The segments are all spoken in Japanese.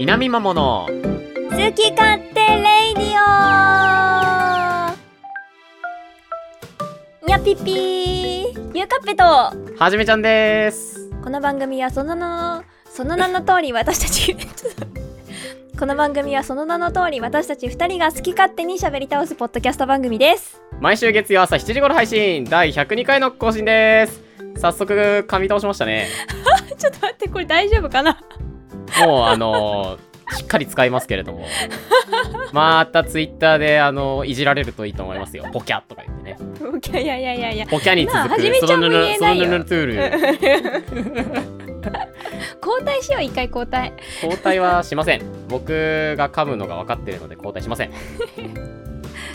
南桃の好き勝手レイディオにゃぴっぴーゆうかっぺとはじめちゃんですこの番組はその名のその名の通り私たち ちょっとこの番組はその名の通り私たち2人が好き勝手に喋り倒すポッドキャスト番組です 毎週月曜朝7時頃配信第102回の更新です早速噛み倒しましたねちょっと待ってこれ大丈夫かなもうあの ーしっかり使いますけれどもまたツイッターであのいじられるといいと思いますよポキャとか言ってねいやいやいやいやい やポキャに続まあはじくめそちゃのんもぬ言るえそのないよぬるツール交代しよう一回交代交代はしません僕が噛むのが分かってるので交代しません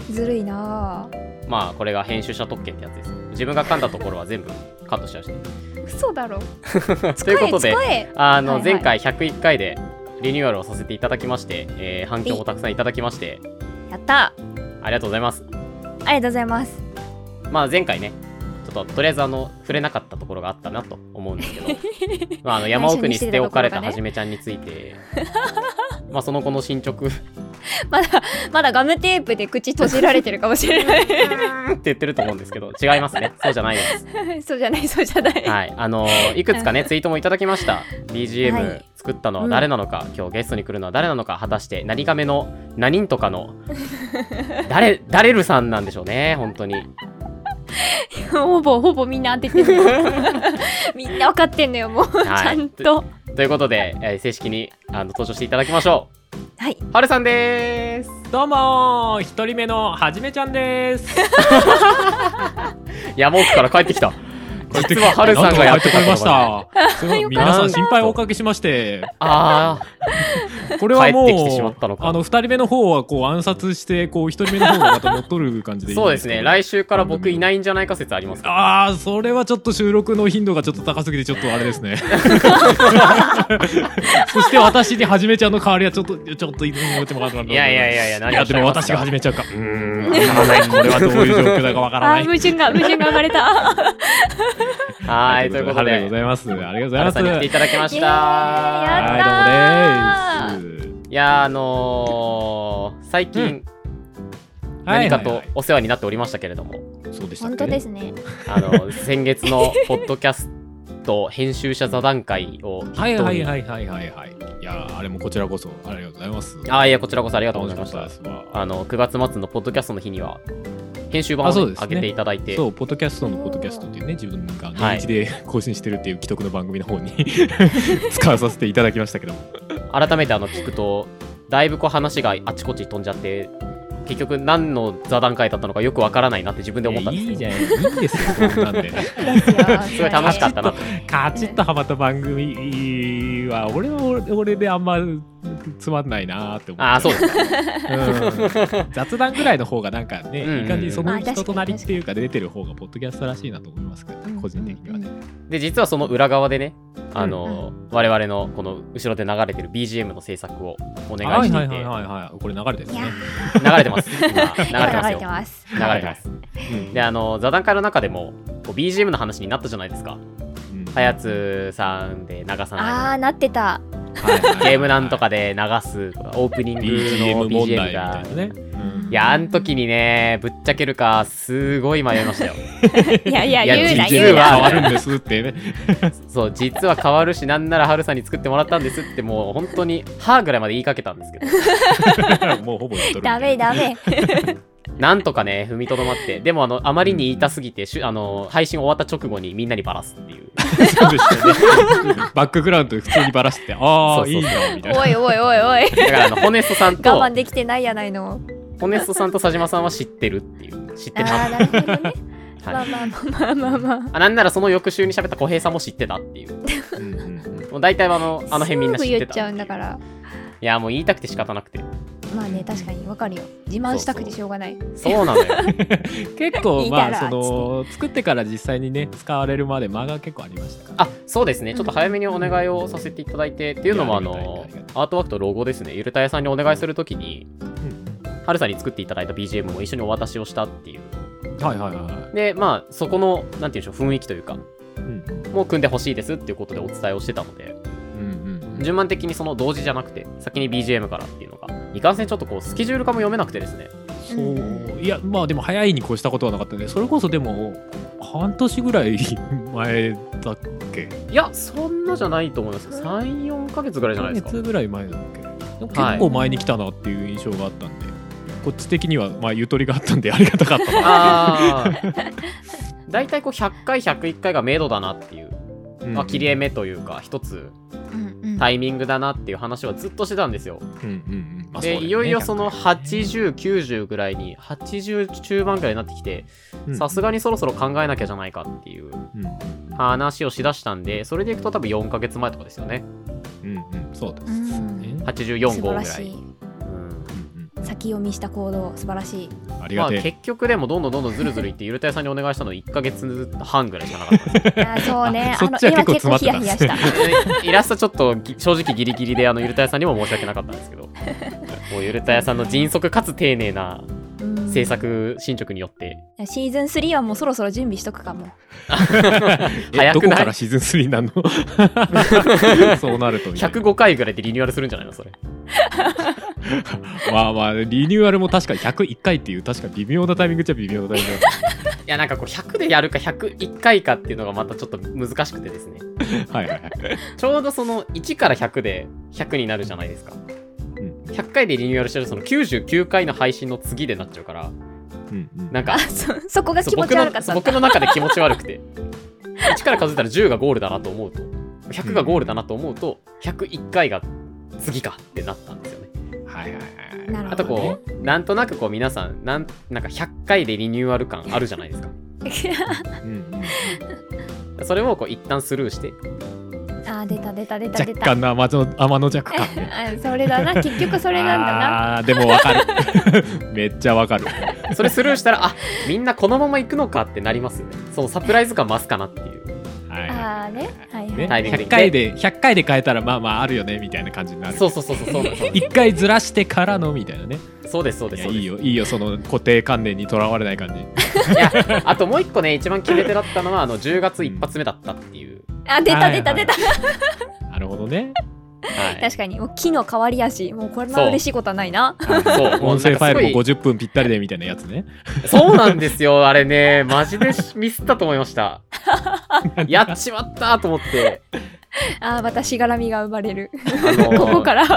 ずるいなあまあこれが編集者特権ってやつです自分が噛んだところは全部カットしちゃうしね嘘だろ ということで 声声あの、はいはい前回101回でリニューアルをさせていただきまして、えー反響もたくさんいただきましてやったありがとうございます。ありがとうございますまあ前回ねちょっととりあえずあの触れなかったところがあったなと思うんです けどまああの山奥に捨て置かれたはじめちゃんについ て、まあその後の進捗 ってまだまだガムテープで口閉じられてるかもしれない言ってると思うんですけど違いますね そうじゃないです。そうじゃないそうじゃない、 はいあのいくつかねツイートもいただきましたは BGM い作ったのは誰なのか、今日ゲストに来るのは誰なのか果たして何カメの何人とかの 誰誰るさんなんでしょうね本 当に。ほぼほぼみんな当ててる みんな分かってんのよもう、はいちゃんとということで、えー正式にあの登場していただきましょ。はいうはるさんでーす。どうもー一人目のはじめちゃんです。 山奥から帰ってき た。実ははるさんがややっっててたくとこれまろしだた。すごいよかった皆さん心配をおかけし まして、あこれはもう帰ってきてしまったのかあの二人目の方はこう暗殺してこう一人目の方がまた乗っ取る感じあ、でいいそうですね。来週。週から僕いないんじゃないか説ありますか。ああそれはちょっと収録の頻度がちょっと高すぎてちょっとあれで すね。そして私にはじめちゃんの代わりはちょっとちょっといいやいやいやいや、何やでも私がは始じめ。めちゃ うか。うーん。わからないこれはどういう状況だかわからあなーい。矛盾が矛盾が生まれた はい、ということありがとで、うございます。ありがとうござはいるまさんに来すてい。ただきまし。イエーイやったたはい、どうもでーす。いやー、あのー、最う近は何いかはいとはお世話になっておりましたけれども、いそうでしたっ本け当ですねあの、先月のポッドキャスト編集者座談会を筆頭に、はいはいはいはいはいはい。いやー、あれもこちらこそありがとうございます。ああ、いや、こちらこそありがとうご楽ざしいかまっしたたですわ。あの9月末のポッドキャストの日には編集版あそをうね、です上ねげていただいてそう、ポッドキャストのポッドキャストっていうね、自分がはい年一で更新してるっていう既得の番組の方に 使わさせていただきましたけども。改めてあの聞くとだいぶこう話があちこち飛んじゃって結局何の座談会だったのかよくわからないなって自分で思ったんいですやけいいどじゃん、いいんですよ、そんなん で。すごい楽しかったなとカチッとハマった番組は、俺は俺俺であんまつまんないなーって思って。ああそうですかうん雑談ぐらいの方がなんかね、うんうんいい感じその人となりっていうか出てる方がポッドキャストらしいなと思いますけど、個人的にはね。で実はその裏側でねあの、我々のこの後ろで流れてる BGM の制作をお願いしていて、はいはいはいはいはい、これ流れてるいやね。流れて ます今流れて今ます流れよてます流れてます、うんであの座談会の中でもこう BGM の話になったじゃないですかうんはやつさんで流さないあーなってたはいはいはいゲームなんとかで流すとかオープニングの BGM 問 BGM 題みがたいなね。うんいやあん時にねぶっちゃけるかすごい迷いましたよいやいやいや言うな BGM 言はうな変わるんですってね。そう実は変わるしなんならハルさんに作ってもらったんですってもう本当に「は」ぐらいまで言いかけたんですけどもうほぼ言っとる。ダメダ。メなんとかね踏みとどまってでもあのあまりに言いたすぎてしゅあの配信終わった直後にみんなにバラすっていうそうでした ね。バックグラウンドで普通にバラしてて、あそうあ、そういいな、みたいな。おいおいおいおいだ からあのホネストさんと我慢できてないやないのホネストさんと佐島さんは知ってるっていう知ってあたーなるほどねまはあいまあまあまあまあまあなんならその翌週に喋った小平さんも知ってたっていううんうんうんもう大体あのああの辺みんな知ってすぐ言ったちゃうんだからいやもう言いたくて仕方なくてまあね確かにわかるよ自慢したくてしょうがないそう なのよ結い構いかまらあその作ってから実際にね使われるまで間が結構ありましたから。あそうですねちょっと早めにお願いをさせていただいて、っていうのもあいやありがたいのありがアートワークとロゴですねゆるたやさんにお願いするときにハルさんに作っていただいた BGM も一緒にお渡しをしたっていうはいはいはいはい。でまあそこのなんていうんでしょう雰囲気というかうんも組んでほしいですっていうことでお伝えをしてたのでうんうん順番的にその同時じゃなくて先に BGM からっていうのがいかんせんちょっとこうスケジュール化も読めなくてですねそういやまあでも早いに越したことはなかったねそれこそでも半年ぐらい 前だっけいやそんなじゃないと思います34ヶ月ぐらいじゃないです1ヶか月ぐらい前だっけでも結はい構前に来たなっていう印象があったんで、こっち的にはまあゆとりがあったんでありがたかっ たな、ああ 大体こう100回101回がめどだなっていう、うんまあ、切り絵目というか一つうんうんタイミングだなっていう話はずっとしてたんですようんうんうんまあそうだでねいよいよその100 8090ぐらいに80中盤ぐらいになってきてうんさすがにそろそろ考えなきゃじゃないかっていううん話をしだしたんでそれでいくと多分4ヶ月前とかですよねうんうんそうだうねん84素号晴ぐららいしいうんうん先読みした行動素晴らしいうんありまがあてえ、結局でもどんどんどんどんずるずるいってゆるたやさんにお願いしたの1ヶ月半ぐらいしかなかったんであーそうねそあっのちは絵は結結構構ヒ詰まヤってたんヒですヤした すイラストちょっとぎ正直ギリギリであのゆるたやさんにも申し訳なかったん ですけどもうゆるたやさんの迅速かつ丁寧なうん制作進捗によってシーズン3はもうそろそろ準備しとくかもえ早どくこなかいらシーズン3な の そうなるとね105回ぐらいでリニューアルするんじゃないのそれ まあまあリニューアルも確か101回っていう確か微妙なタイミングっちゃ微妙なタイミングだっいやなんかこう100でやるか101回かっていうのがまたちょっと難しくてですね たはいはいはいちょうどその1から100で100になるじゃないですかん100回でリニューアルしてるその99回の配信の次でなっちゃうからうんうんなんかあそそこがそう気持ち悪かっ僕のたん僕だの中で気持ち悪くて1から数えたら10がゴールだなと思うと100がゴールだなと思うと101回が次かってなったんですよねはいはいはいなるあほとどねこうなんとなくこう皆さんなんなんか100回でリニューアル感あるじゃないですかうんうんそれをこう一旦スルーして あー出た出た出た若出た干の甘の天の弱感ねあそれだな結局 それなんだなあーでもわかる めっちゃわかるそれスルーしたらあみんなこのまま行くのかってなりますよねそのサプライズ感増すかなっていうはいはあーねはいはい、いね、タイミングで100回で100回で変えたらまあまああるよねみたいな感じになるそうそうそうそうそうそ うです1回ずらしてからのみたいなねそうですそうでいすやいいよいいよその固定観念にとらわれない感じいやあともう一個ね一番決め手だったのはあの10月一発目だったっていう、あ出た出た出た、なるほどねはい、確かにもう木の変わりやしもうこれは嬉しいことはないなそう音声ファイルも もうなんか50分ぴったりでみたいなやつねすごいそうなんですよあれねマジでミスったと思いました やっちまったと思ってあーまたしがらみが生まれるあのここから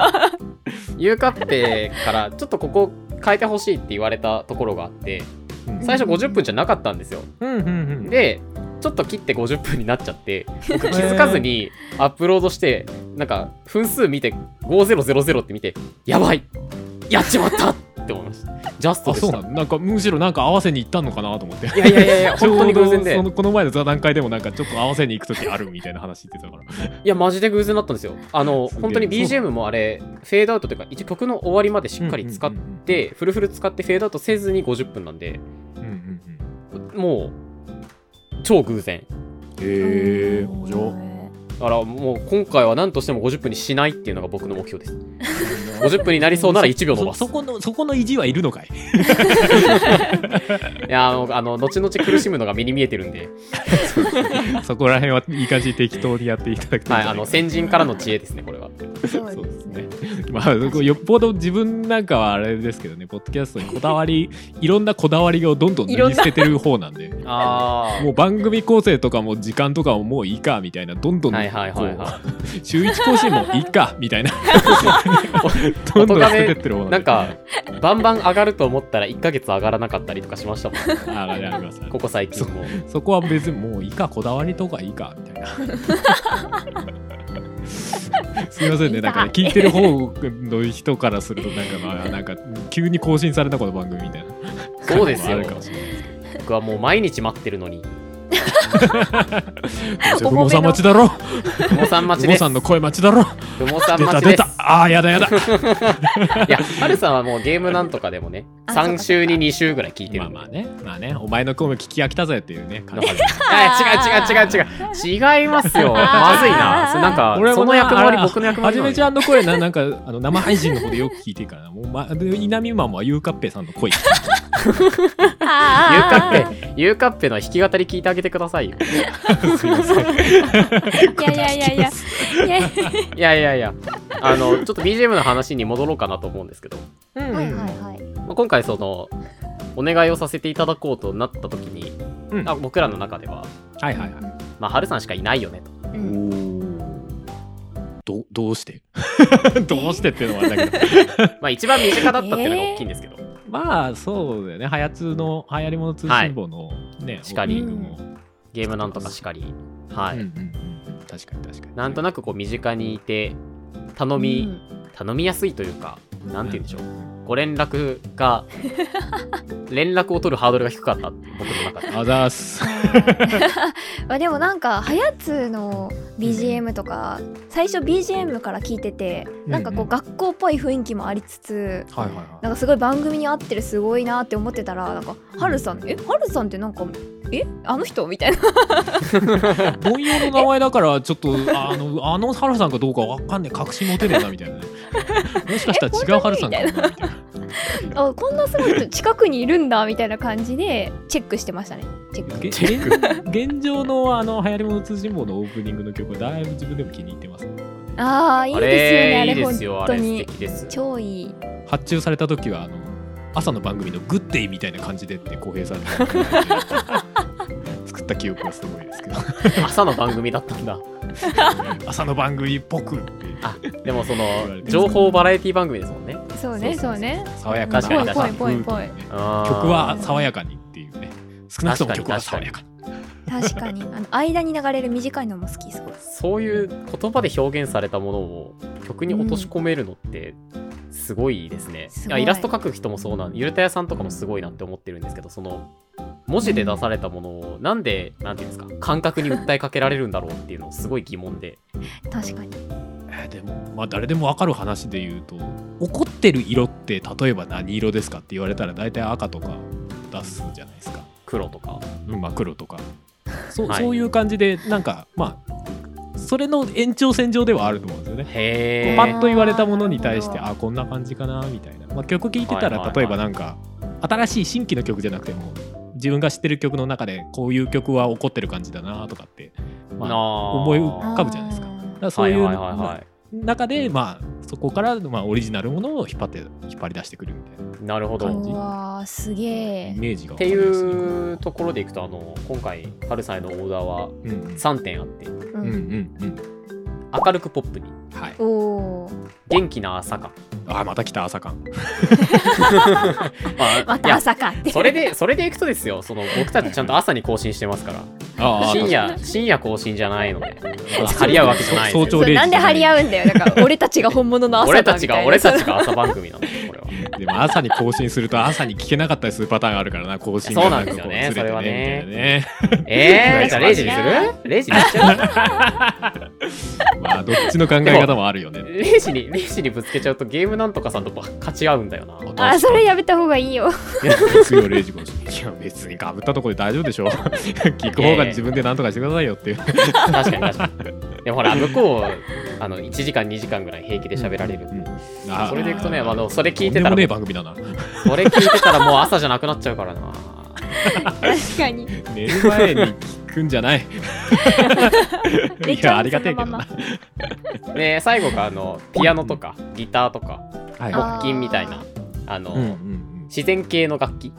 ゆうかっぺからちょっとここ変えてほしいって言われたところがあってうん最初50分じゃなかったんですようんうんうんでちょっと切って50分になっちゃって僕気づかずにアップロードしてなんか分数見て5000って見てやばいやっちまったって思いましたジャストあでそうしなたのなんかむしろなんか合わせに行ったのかなと思ってい やいやいやいや本当に偶然ちょうどでそのこの前の座談会でもなんかちょっと合わせに行く時あるみたいな話言ってたからいやマジで偶然だったんですよあのすげえ本当にそう BGM もあれフェードアウトというか一応曲の終わりまでしっかり使っうんうんうんてフルフル使ってフェードアウトせずに50分なんでうんうんうんもう超偶然へえ面白だからもう今回は何としても50分にしないっていうのが僕の目標です50分になりそうなら1秒伸ばすそそこのそこの意地はいるのかいいやあのあの後々苦しむのが目に見えてるんで、 そこら辺はいい感じに適当にやっていただきたはいい、んじゃあなのいか先人からの知恵ですねこれはそうそうでですすねね まあこうよっぽど自分なんかはあれですけどねポッドキャストにこだわりいろんなこだわりをどんどん塗り捨ててる方なんであもう番組構成とかも時間とかももういいかみたいなどんどんこはいはいはいはう週1更新もいいかみ たいなどんどん音が捨ててねってる方なんでかバンバン上がると思ったら1ヶ月上がらなかったりとかしましたもんあありますここ最近もそこは別にもういいかこだわりとかいいか みたいな。すいませんいねいかなんか、ね、聞いてる方の人からするとなんかまあなんか急に更新されたこの番組みたい なそうですよ感じもあるかもしれないですけ僕はもう毎日待ってるのにどじゃあ雲さん待ちだろ久保さん待ち雲ですさんの声待ちだろ久保さん出た待ちで出すたああやだやだ いやはるさんはもうゲームなんとかでもねあそうか3週に2週ぐらい聞いてまるあんでまあねまあねお前の声も聞き飽きたぜっていう ね感じはい違う違う違う違う違いますよまずいな そなんか俺もそのな役割あれ僕の役は割じなのめにちゃんの声ななんかあの生配信の方でよく聞いてるからなもう、ま、で稲見マンはゆうかっぺさんの声ゆうかあっーぺ、ゆうかっぺの弾き語り聞いてあげてくださいよ。すいません。あーいやいやいやいやいやいやいやいや、あの、ちょっと BGM の話に戻ろうかなと思うんですけど、はいはいはいまあ今回その、お願いをさせていただこうとなった時に、うんあ僕らの中では、はいはいはい。まあ、春さんしかいないよねと。うんどどうしてどうしてっていうのはあれだけどまあ、一番身近だったっていうのが大きいんですけど、 まあそうだよねはやつの流行り物通信簿のね、しかりオープニングもゲームなんとかしかり、はい。うんうんうん確かに確かになんとなくこう身近にいて、頼み、頼みやすいというか、なんて言うんでしょう。ご連絡が、連絡を取るハードルが低かった、僕の中で。あざーす まあでもなんかはやつの BGM とか最初 BGM から聞いててなんかこうんううん学校っぽい雰囲気もありつつはいはいはなんかすごい番組に合ってるすごいなって思ってたらなんかはるさんえはるさんってなんかえあの人みたいない凡庸の名前だからちょっとあ のあのハルさんかどうかわかんねえ確信持てねえなみたいな ねもしかしたら違うハルさんかもなみたいなあこんなすごい人近くにいるんだみたいな感じでチェックしてましたねチェックげ現 現状のあの流行り物通信簿のオープニングの曲はだいぶ自分でも気に入ってますああいいですよねあれ本当いいにですよあれ素敵です。超いい発注された時はあの朝の番組の「グッデイ」みたいな感じでって浩平さんに作った記憶がすごいですけど 朝の番組だったんだ。 朝の番組っぽくっていうあ、でもその、情報バラエティ番組ですもんね。そうねそうそうそうそうね爽やかなぽい朝のぽいぽいぽい風景ね曲曲は爽やかにっていうね少なくとも曲は確か爽にやかに確かにあの間に流れる短いのも好きすごいそういう言葉で表現されたものを曲に落とし込めるのってすごいですね。すいごいやイラスト描く人もそうなんゆるたやさんとかもすごいなって思ってるんですけどその文字で出されたものをなんでなんていうんですか感覚に訴えかけられるんだろうっていうのをすごい疑問で確かにえーでもまあ誰でも分かる話で言うと怒ってる色って例えば何色ですかって言われたら大体赤とか出すじゃないですか黒とかうんまあ、黒とかそ,、はいういう感じでなんかまあそれの延長線上ではあると思うんですよね。へパ困ッっーと言われたものに対してなるほあこんな感じかなみたいな、まあ、曲聴いてたら、はいはいはい例えばなんか新しい新規の曲じゃなくても自分が知ってる曲の中でこういう曲は怒ってる感じだなとかって、まあ、思い浮かぶじゃないですかあーだからそういうはいはいはいまはあい中で、まあ、そこから、まあ、オリジナルものを引っ張って引っ張り出してくるみたいななるほど。感っじうわーすげえイメージがっていうところでいくとあの今回春さんへのオーダーはうんうん3点あってううんうんうん明るくポップにはいおおー元気な朝 か、あまた来た朝 感まあまいたや朝かってそれで、それでいくとですよ、その僕たちちゃんと朝に更新してます から、あ深夜、深夜更新じゃないの で、張り合うわけじゃないですよ早そ朝う0時なんで張り合うんだよだ から俺たちが本物の朝俺たちが、俺たちがが朝番組なので、 これは。でも朝に更新すると朝に聞けなかったりするパターンがあるからな更新がかこそうなんですよねずてそれはねみたいなねえー、じゃあ0時にする ?0 時にしちゃうまあどっちの考え方もある よね ?0 時に、0時にぶつけちゃうとゲームなんとかさんと勝ち合うんだよな。 あそれやめた方がいいよ別よ0時更新いや別にかぶったとこで大丈 夫でしょ聞く方が自分で何とかしてくださいよってい う確かに確かに。でもほら、向こう、あの、1時間、2時間ぐらい平気で喋られる。うんあそれでいくとね、あーあの、それ聞いとてんたらでももねえう、番組だなそれ聞いてたらもう朝じゃなくなっちゃうからな。確かに寝る前に聞くんじゃない寝いちゃうやありがてえけどな、そで、最後が、あの、ピアノとか、ギターとか、はいあ木琴みたいな、あの、うんうんうん自然系の楽器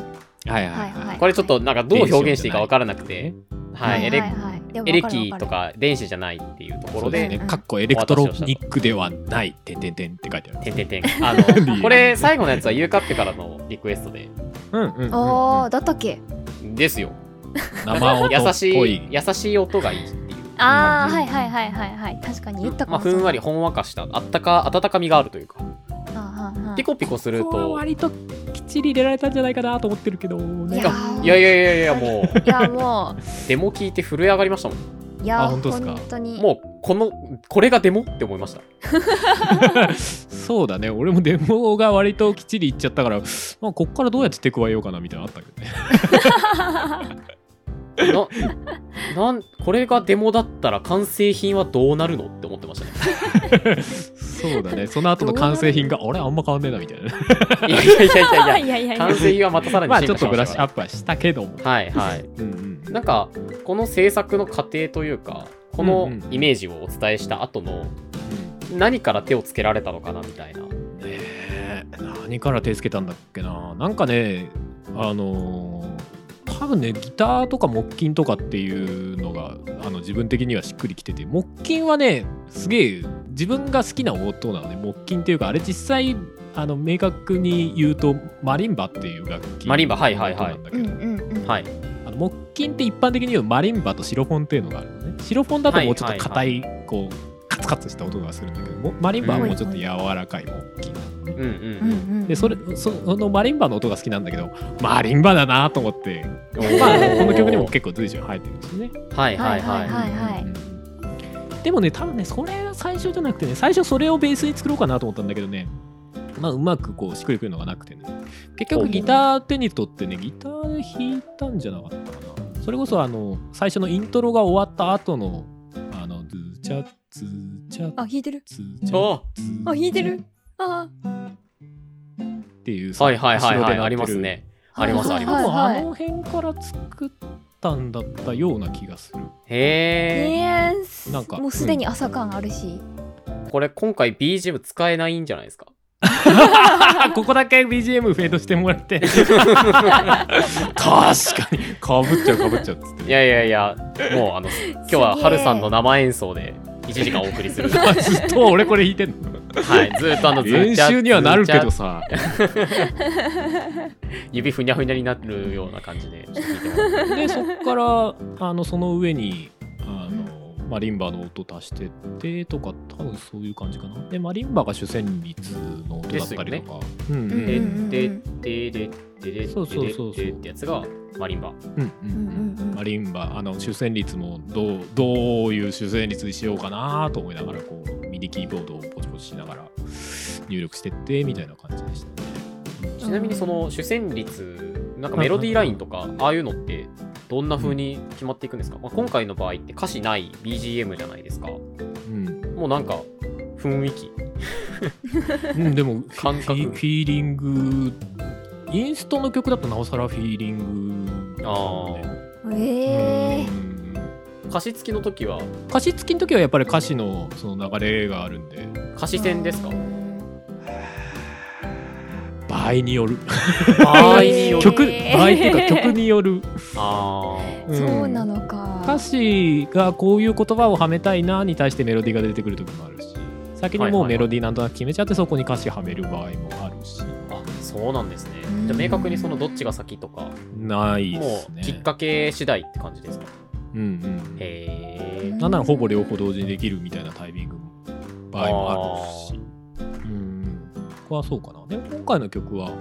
はいははいいははいいこれちょっとなんかどう表現していいか分からなくて、ははいい、エレでもエわレかるわキかるとか電子じゃないっていうとこそろうでで、すね うんかっこエレクトロニックではないてんてんてんって書いてあるてんてんてん。あの、これ最後のやつはユーカッペからのリクエストで、うんうんうんうんあーだったっけですよ。生 音優っしぽいい、優しい音がいいっていう。あーはいはいはいはいはい確かに言ったかまあ、もふんわりあほんわかしたあったか温かみがあるというかーはいはいピコピコするここはと割ときっちり入れられたんじゃないかなと思ってるけどねいやーいやいやいやいやもういやもデモ聞いて震え上がりましたもんういやあ本当っすか本当にもうこのこれがデモって思いましたそうだね俺もデモが割ときっちりいっちゃったから、まあ、こっからどうやって手加えようかなみたいなのあったけど ねな なんこれがデモだったら完成品はどうなるのって思ってましたねそうだね その後の完成品があれあんま変わんねえなみたいなねいやいやいやいやい いやいややいや完成品はまたさらにまあ進ちょ化っしとまブラッしシたかュアップはしたけどもらはいはいうんうんなんかこの制作の過程というかこのうんうんイメージをお伝えした後の何から手をつけられたのかなみたいなえー何から手つけたんだっけななんかねあのー多分ねギターとか木琴とかっていうのがあの自分的にはしっくりきてて木琴はねすげえ自分が好きな音なので木琴っていうかあれ実際あの明確に言うとマリンバっていう楽器マリンバはいはいはいの音なんだけうどんうんうんはいあの木琴って一般的に言うマリンバとシロフォンっていうのがあるのねシロフォンだともうちょっと硬いこうカツカツした音がするんだけどもマリンバはもうちょっと柔らかい木琴なのねうんううんんうんでそれそそのマリンバの音が好きなんだけどマリンバだなと思って、うん まあ、おーこの曲にも結構随所に入ってるんですよね。はいはいはいはいはいでもね多分ねそれが最初じゃなくてね最初それをベースに作ろうかなと思ったんだけどねまあうまくこうしっくりくるのがなくてね結局ギター手に取ってねギター弾いたんじゃなかったかなそれこそあの最初のイントロが終わった後のあのズーチャズーチャあ弾いてるズーチャおズーチャあ弾いてるあっていうはいはいはい後ろはで鳴っているありますねーありますはあいりはまいす多分あの辺から作ったんだったような気がする。へえねえなんかもうすでに朝感あるし、これ今回 BGM 使えないんじゃないですかあここだけ BGM フェードしてもらって。確かに。かぶっちゃうかぶっちゃうっつって。いやいやいやもうあの今日はすげえハルさんの生演奏で1時間お送りするはずっと俺これ弾いてんのいずーっとあのずー練ちゃ習にはなるけずどーちさ。ゃ指ふにゃふにゃになるような感じでちょっと聞いてもらってでそっからあのその上にあのマリンバの音足してってとか多分そういう感じかな。でマリンバが主旋律の音だったりとか。うんうんうんうんうんでででででそうそうそうそうででってやつがマリンバうんうんうんうんうんマリンバあの主旋律もどうどういう主旋律にしようかなと思いながらこうミディキーボードをポチポチしながら入力してってみたいな感じでしたね。ちなみにその主旋律なんかメロディーラインとかああいうのってどんな風に決まっていくんですか、まあ、今回の場合って歌詞ない BGM じゃないですかもうんうなんか雰囲気うん、でも感覚フィフィーリングインストの曲だとなおさらフィーリングだもんね、ええうん歌詞付きの時は歌詞付きの時はやっぱり歌詞のその流れがあるんで歌詞戦ですか場合による場合による曲場合っていうか曲による。あんそうなのか歌詞がこういう言葉をはめたいなに対してメロディーが出てくる時もあるし先にもうメロディーなんとなく決めちゃってそこに歌詞はめる場合もあるしああそうなんですねうんじゃあ明確にそのどっちが先とかないでもすねうきっかけ次第って感じですかうんうんうんへえなんならほぼ両方同時にできるみたいなタイミングも場合もあるしうんここはそうかなでも今回の曲は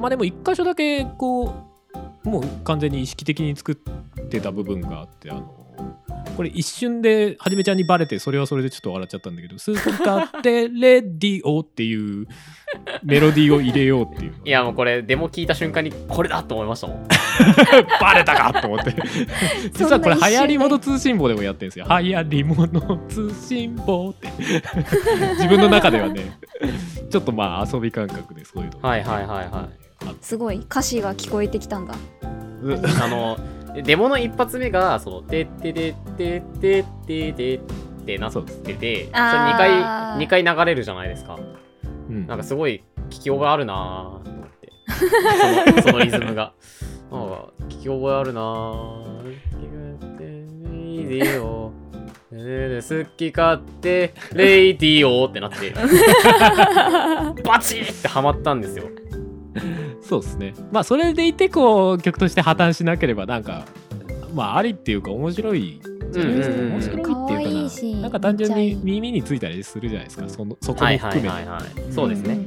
まあでも一箇所だけこうもう完全に意識的に作ってた部分があってあのこれ一瞬ではじめちゃんにバレてそれはそれでちょっと笑っちゃったんだけど「スープ買ってレディオ」っていうメロディーを入れようっていういやもうこれデモ聞いた瞬間にこれだと思いましたもん バレたかと思 って実はこれ「そんな一瞬ではやりもの通信簿」でもやってるんですよ「はやりもの通信簿」 って自分の中ではねちょっとまあ遊び感覚でそういうのはいはいはいはいすごい歌詞が聞こえてきたんだうんあの、デモの一発目が、その、てってでってってってでってなってて、それ2あー回、二回流れるじゃないですか。うんなんかすごい聞き覚えあるな ぁと思って。そのそのリズムが。なんか、聞き覚えあるなぁ。聞き勝手レイディオ。好き勝手レイディオってな って、バチッってハマったんですよ。そうですねまあそれでいてこう曲として破綻しなければなんかまあありっていうか面白いじゃないですか、うんうんうん面白いっていうか可な愛いしなんか単純めっちにゃいい耳についたりするじゃないですかそのそこはもいは含めいて、はいはい。そうですね。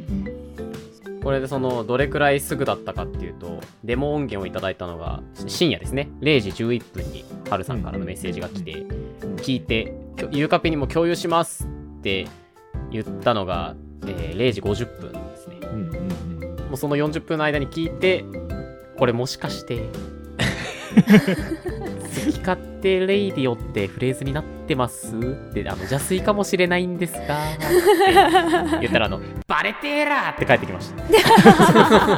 これでそのどれくらいすぐだったかっていうとデモ音源をいただいたのが深夜ですね0時11分にハルさんからのメッセージが来て聞いてきょゆうかぺにも共有しますって言ったのが、えー0時50分ですねうんうんうんもうその40分の間に聞いてこれもし かして好き勝手レイディオってフレーズになっってますって、あの、邪推かもしれないんですかって言ったら、あの、バレてーらーって帰ってきました。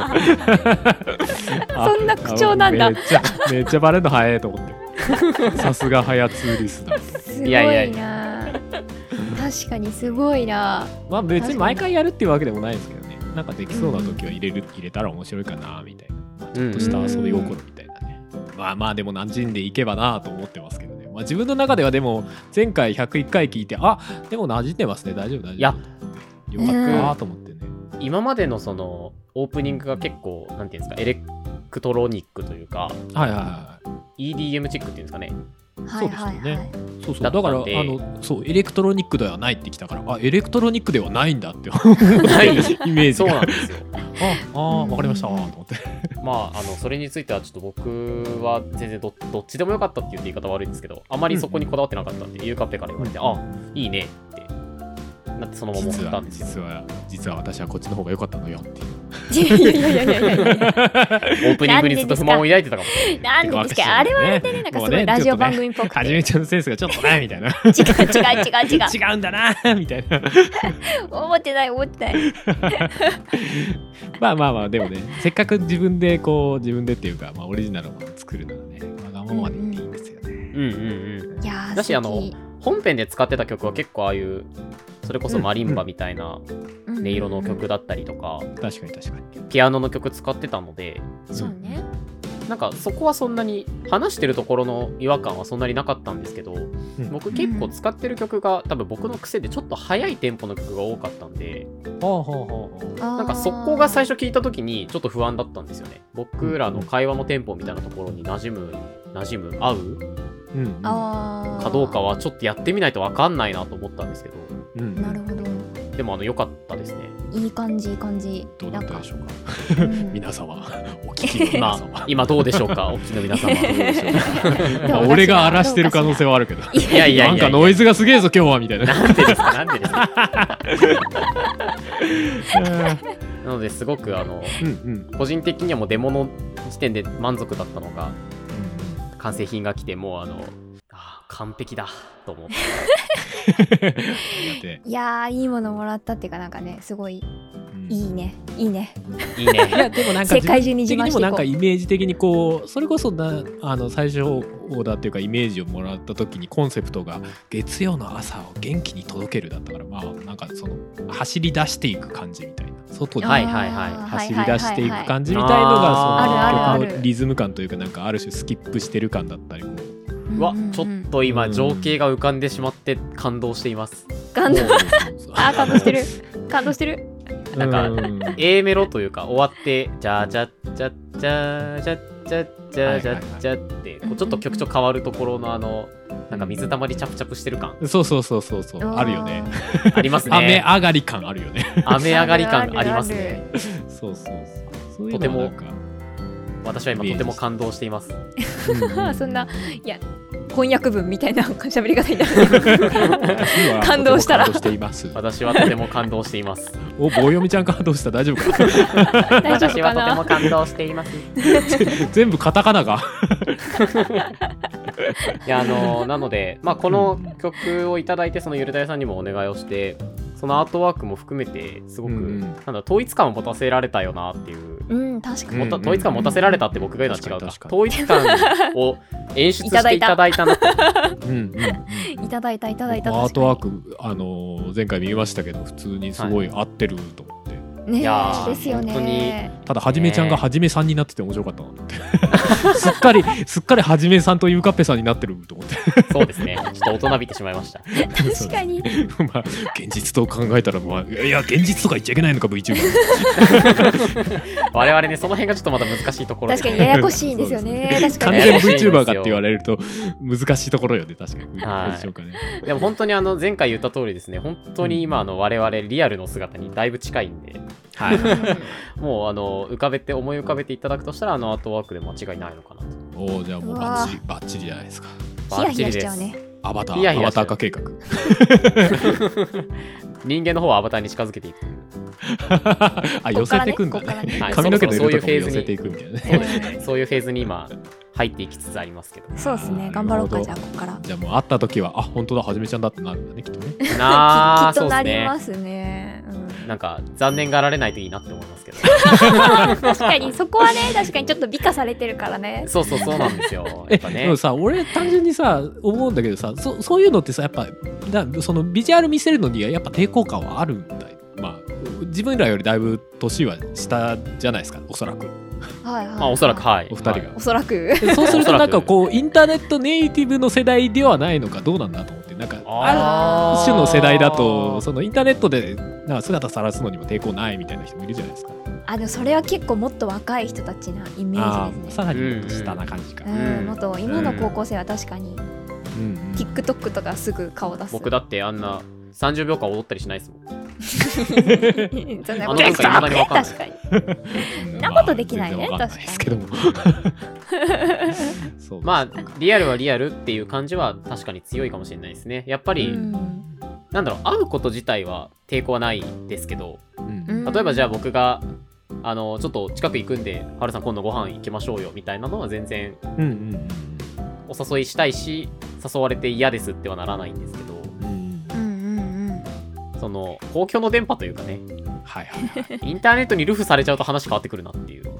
あそんな口調なんだめっちゃめっちゃバレるの早いと思 って。さすがハヤツーリスだ。すごいな。いやいやい 確かにすごいな。まあ別に毎回やるっていうわけでもないですけどね。なんかできそうな時は入れる、入れたら面白いかなみたいな。まあちょっとした遊び心みたいなね。まあまあでも馴染んでいけばなと思ってますけどね。まあ自分の中ではでも前回101回聞いてあでも馴染んでますね大丈夫大丈夫。いやよかったなと思ってね。今までのその、オープニングが結構、なんていうんですか、エレクトロニックというか、はいはいはい。 EDM チックっていうんですか ね。はいはいそうですよはいね。そうそうだだったんからあでのそうエレクトロニックではないってきたからあエレクトロニックではないんだって思ったないイメージそうながんですよ。ああわかりましたと思ってまあ、あの、それについてはちょっと僕は全然どどっちでもよかったって言って言い方悪いんですけど、あまりそこにこだわってなかったんで、ゆうかっぺから言われて、あ、いいねって、なってそのまま実送ったはん ですよ。実は実は私はこっちの方が良かったのよっていういやいやいやいやいやいや。オープニングにずっと不満を抱いてたかもしれ ない。なんでですかあれはあれでね、なんかすごいラジオ番組っぽくはて。じ違うめちゃんのセンスがちょっとねみたいな違う違う違う。違うんだなみたいな思ってない思ってない。まあまあまあでもねせっかく自分でこう自分でっていうか、まあ、オリジナルを作るならねわがままでいいんですよね、うんうんうん。いやーだしあの素敵本編で使ってた曲は結構ああいう、それこそマリンバみたいな音色の曲だったりとか、確かに確かにピアノの曲使ってたので、そうね。なんかそこはそんなに話してるところの違和感はそんなになかったんですけど、ん僕結構使ってる曲が多分僕の癖でちょっと速いテンポの曲が多かったんで、ほうほうほうほうななんかそこが最初聞いた時にちょっと不安だったんですよね。僕らの会話のテンポみたいなところに馴染む、馴染む、合ううんうんかかどうかはちょっとやってみないと分かんないなと思ったんですけど、うんなるほどでもあの良かったですね。いい感じいい感じどうだったでしょう なかんかうん皆 様お聞きの皆ま様あ、 今どうでしょうか、 お聞きの皆様。まあ俺が荒らしてる可能性はあるけどいやいやないんかや、ノイズがすげえぞ今日はみたい ななんでですか、なんでですか。うなのですごく、あの、んうん個人的にはもうデモの時点で満足だったのが、完成品が来て、もうあの、あー完璧だと思って。やっていやーいいものもらったっていうかなんかねすごいうんいいねいいねいいね。やでもなんか世界中に自自慢分的にしてもいなんこかうイメージ的にこうそれこそなあの最初オーダーっていうかイメージをもらった時にコンセプトが月曜の朝を元気に届けるだったからまあなんかその走り出していく感じみたいな外にはいはいはい走り出していくじ感じみたいのがあーあるあそのるあ曲るのリズム感というかなんかある種スキップしてる感だったりこううわ、ちょっと今、情景が浮かんでしまって感動しています。感動そうそうそうあー感動してる感動してるなんか うん A メロというか終わって「じゃじゃじゃじゃじゃじゃじゃじゃじゃ」ってこうちょっと曲調変わるところのあのなんか水たまりチャプチャプしてる感そうそうそうそうそうあるよねあります雨ね上がり 感あるよね 雨上がり感あり ますねそうそうそうそういうとてのもはなんか私は今とても感動していますうんう んそんないや翻訳文みたいな喋り方になる私は感動したらとても感動しています私はとても感動していますお棒読みちゃん感動した大 丈夫 大か丈夫私はかとてもな感動しています全部カタカナがいやあのなのでまあこの曲をいただいてそのゆるたやさんにもお願いをしてそのアートワークも含めてすごくうんうんなんだろう統一感を持たせられたよなっていううん確かもにたうんうん統一感持たせられたって僕が言うのは違うか確かに統一感を演出していただいたなってうんうんいただいたいただいたアートワークあのー前回見ましたけど普通にすごい合ってると思ってねいやーですよね本当にただはじめちゃんがはじめさんになってて面白かったなと思って すっかりすっかりはじめさんとゆかっぺさんになってると思って そうですねちょっと大人びてしまいました確かにまあ現実と考えたらまあいや現実とか言っちゃいけないのか VTuber 我々ねその辺がちょっとまだ難しいところで確かにややこしいんですよね確か完に全 VTuber かって言われると難しいところよね確かに、はいどうでしょうかねでも本当にあの前回言った通りですね本当に今あの我々リアルの姿にだいぶ近いんではいもうあの浮かべて思い浮かべていただくとしたらあのアートワークで間違いないのかなとおおじゃあもうバッチリバッチリじゃないですかヒヤヒヤしちゃうねアバタいやいーやアバター化計 画人間の方はアバターに近づけていくあ寄せていくんだこっからねねはい 髪の毛のそろ色そろとそういうフェーズかも寄に せていくみたいなねそうですねそういうフェーズに今入っていきつつあり ますけどそうですね頑張ろうかじゃあここからじゃあもう会った時はあ本当だはじめちゃんだってなるんだねきっとねなきあっとそうでなすりねますねうんなんか残念がられないといいなって思いますけど確かにそこはね確かにちょっと美化されてるからねそうそうそうなんです よ やえっぱ でねもさ俺単純にさ思うんだけどさそそういうのってさやっぱだそのビジュアル見せるのにはやっぱ抵抗感はあるんだよまあ自分らよりだいぶ年は下じゃないですかおそらくはいはいまあおそらくはいお二人が、はいおそらく でそうするおそらとくなんかこうインターネットネイティブの世代ではないのかどうなんだと思ってなんかああーる種の世代だとそのインターネットでなんか姿さらすのにも抵抗ないみたいな人もいるじゃないですかあでもそれは結構もっと若い人たちなイメーあジーですねさらにもっと下な感じか、ううんうんん、もっと今の高校生は確かにうんうん TikTok とかすぐ顔出す僕だってあんな30秒間踊ったりしないですもんそんなあこのと文化未確かだににわかんないそんなことできないねですけど も。そうまあリアルはリアルっていう感じは確かに強いかもしれないですねやっぱり、うんなんだろう会うこと自体は抵抗はないですけどうんうん例えばじゃあ僕があのちょっと近く行くんでハルさん今度ご飯行きましょうよみたいなのは全然うんうんお誘いしたいし誘われて嫌ですってはならないんですけどうんううんんうんうんその公共の電波というか ねはいはいはい。インターネットにルフされちゃうと話変わってくるなって いう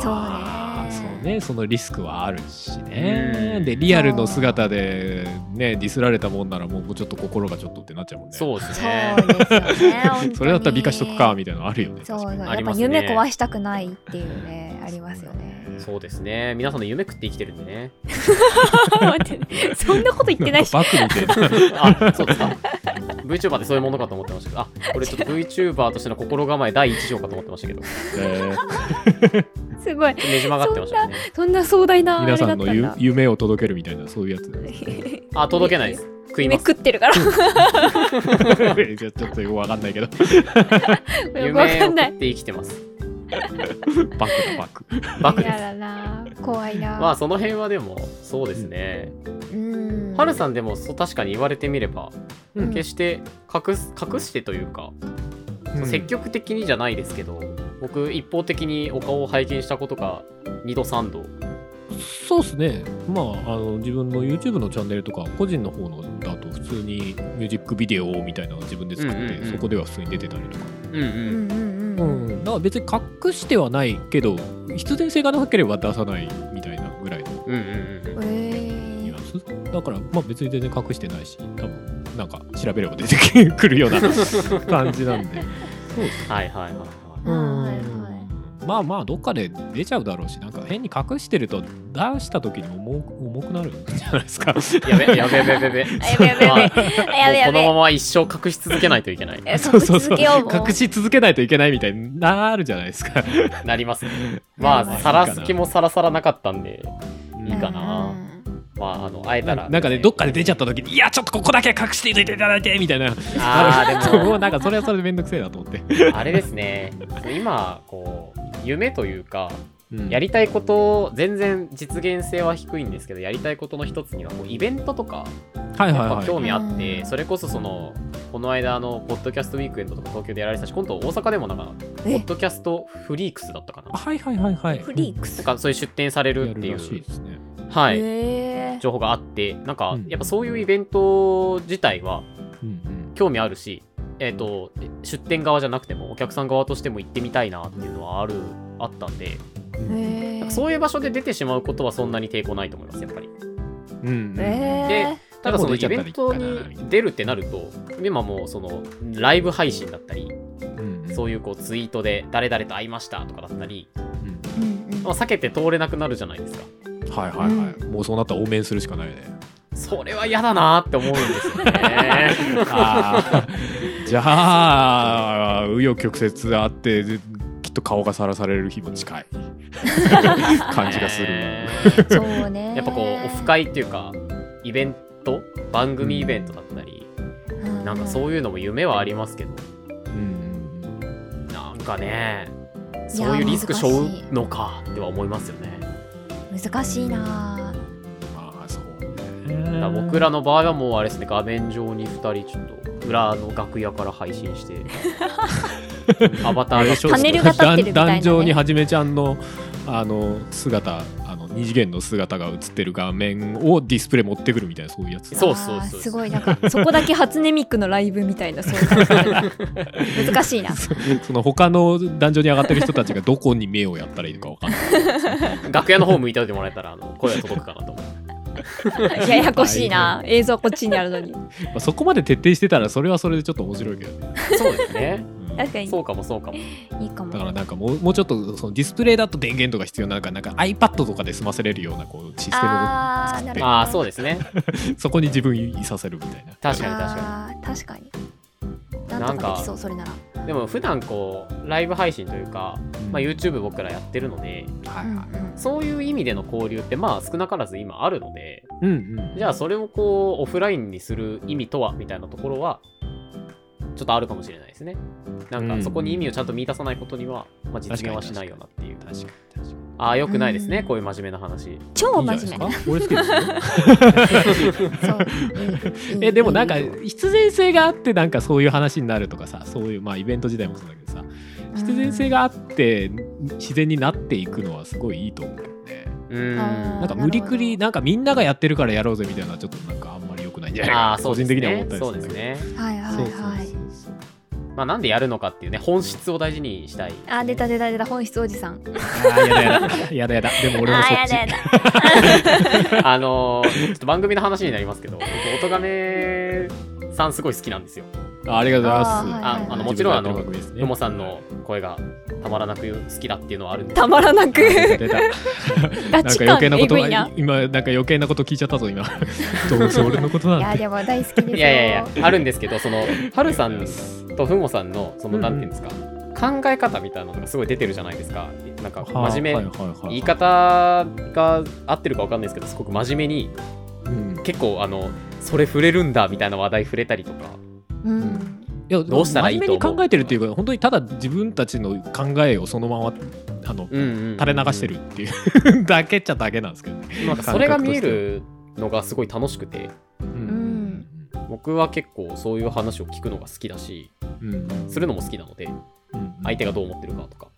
あーそうね。そのリスクはあるしねう。んでリアルの姿でねディスられたもんならもうちょっと心がちょっとってなっちゃうもんね。そうですねそうですよね本当にそれだったら美化しとくかみたいなのあるよね。そうそう確かにあやっりぱますね夢壊したくないっていう ねありますよねそうですね皆さんの夢食って生きてるんで ね待ってそんなこと言ってないしバクみたいな。 あそうですか VTuber ってそういうものかと思ってましたけどあこれちょっと VTuber としての心構え第一条かと思ってましたけどえーすごいねじ曲がってましたねそんな壮大なあれだ皆ったさんんのだゆ夢を届けるみたいなそういうやつ。あ届けないです食い夢ます食ってるからじゃあちょっとよくわかんないけ ど。 よくわ 夢かをんな食っいて生きてます バクだバク。バクで嫌すだな怖いなまあその辺はでもそうですね、うんはるさんでもそう確かに言われてみれば、うん決して隠す隠してというか、積極的にじゃないですけど僕一方的にお顔を拝見したことが2度3度そうですね、まあ、あの自分の YouTube のチャンネルとか個人の方のだと普通にミュージックビデオみたいなのを自分で作って、うんうんうんそこでは普通に出てたりとか、うんうんうんうんううんんだから別に隠してはないけど必然性がなければ出さないみたいなぐらいのうんうんうんえニュアーンスだから、まあ、別に全然隠してないし多分なんか調べれば出てくるような 感じなんではいはいはいはいはいはいまあまあどっかで出ちゃうだろうしなんか変に隠してると出した時に重く重くなるんじゃないですか。やべやべやべやべやべ あやべやべやべあやべやもうこのまべま一生隠し続けないといけないえ隠し続けようもう 隠し続けないといけないみたいになるじゃないですか。なりますねままああさらす気もさらさらなかったんでいいいかなまああの会えたらなんかね、どっかで出ちゃった時に、いや、ちょっとここだけ隠していていただいてみたいな。あーでももうなん かそれはそれでめんどくせえなと思って。あれですね今こう夢というかうんやりたいこと全然実現性は低いんですけどやりたいことの一つにはこうイベントとかはいはいやっはぱい。興味あって、うんそれこそそのこの間あのポッドキャストウィークエンドとか東京でやられてたし今度大阪でもなんかポえッドキャストフリークスだったかなあはいはいはいはい。フリークスなんかそういう出展されるっていやうらしいですね。はい、えー情報があってなんかうんやっぱそういうイベント自体はうんうん興味あるし、えー、と出店側じゃなくてもお客さん側としても行ってみたいなっていうのはあるあったんでうんえーそういう場所で出てしまうことはそんなに抵抗ないと思いますやっぱりうんうんえーただそのでも出イちゃっベントたらいいかなに出るってなると今もうそのライブ配信だったりうんうんそういうこうツイートで誰々と会いましたとかだったり、うんうんうんまあ、避けて通れなくなるじゃないですかはいはいはい。もうそうなったら応面するしかないね。それは嫌だなって思うんですよねあーじゃあ、紆余曲折あって、きっと顔がさらされる日も 近い 感じがする。そうね。 やっぱこうオフ会っていうかイベント番組イベントだったり、うなんかそういうのも夢はありますけどうんなんかねそういうリスク背負うのかっては思いますよね難しいなぁ。まあそうだねから僕らの場合はもうあれですね画面上に2人ちょっと裏の楽屋から配信して アバターがパネルが立ってるみたいなね壇壇上にはじめちゃんのあの姿あのの二次元の姿が映ってる画面をディスプレイ持ってくるみたいなそういう やつそうそうそうあーすごいなんかそこだけ初音ミクのライブみたいなそういう感じで難しいなそその他の壇上に上がってる人たちがどこに目をやったらいいのかわかんない楽屋の方向いておいてもらえたらあの声が届くかなと思うややこしいな映像こっちにあるのにまあそこまで徹底してたらそれはそれでちょっと面白いけどね、 そうですねうんだ確かにそうかもそうかもいいかもからなんかもうもうちょっとそのディスプレイだと電源とか必要ななんかなんか iPad とかで済ませれるようなこうシステムあーなるほどああそうですねを そこに自分いさせるみたいな確かに確かあー確かになんとかできそうそれならにでも普段こうライブ配信というか、まあ、うん YouTube 僕らやってるのではういんうはんそういう意味での交流ってまあ少なからず今あるのでいうんうんじゃあそれをこうオフラインにする意味とはみたいなところはちょっとあるかもしれないですねなんうかんそこに意味をちゃんと見出さないことには、まあ、実現はしないよなっていう確かに確かにああよくないですね、うんこういう真面目な話超いい真じ面ゃな目いです か俺好きですよそうえでもなんかいいいい必然性があってなんかそういう話になるとかさそういうまあイベント自体もそうだけどさ必然性があって自然になっていくのはすごいいいと思うけどねうーんあーなんか無理くりななんかみんながやってるからやろうぜみたいなのはちょっとなんかあんまり良くないんじゃないかあなあそ個うで人す的には思ねったりそうるでんすだけねどはいはいそうそうはいそうまあなんでやるのかっていうね本質を大事にしたいですね、あー出た出た出た本質おじさんあーやだやだやだや だでも俺もそっち だあのーちょっと番組の話になりますけど、僕、音亀さんすごい好きなんですよ。あありがとうございますあーはいはいああのもちろんあの自分でやってる番組ですねよもさんの声がたまらなく好きだっていうのはあるんですけたどまらなく出 たガなんチか余感計なこエとグいな今なんか余計なこと聞いちゃったぞ今 どうせ俺のこといなんやてでも大好きですよいやいやいや、あるんですけど、その、はるさありがんとうございますとふもさんの、その、うんなんていうんですか、考え方みたいなのがすごい出てるじゃないですか。なんか、はあ真面目、はいはいはいはい言い方が合ってるかわかんないですけど、すごく真面目に、うん結構、あの、それ触れるんだみたいな話題触れたりとか、うんいやどうしたらいいと思う真面目に考えてるっていうか本当にただ自分たちの考えをそのままあの、うんうんうん垂れ流してるって いうだけっちゃだけなんですけどね。なんかそれが見えるのがすごい楽しくて。ん僕は結構そういう話を聞くのが好きだしするのも好きなので相手がどう思ってるかとか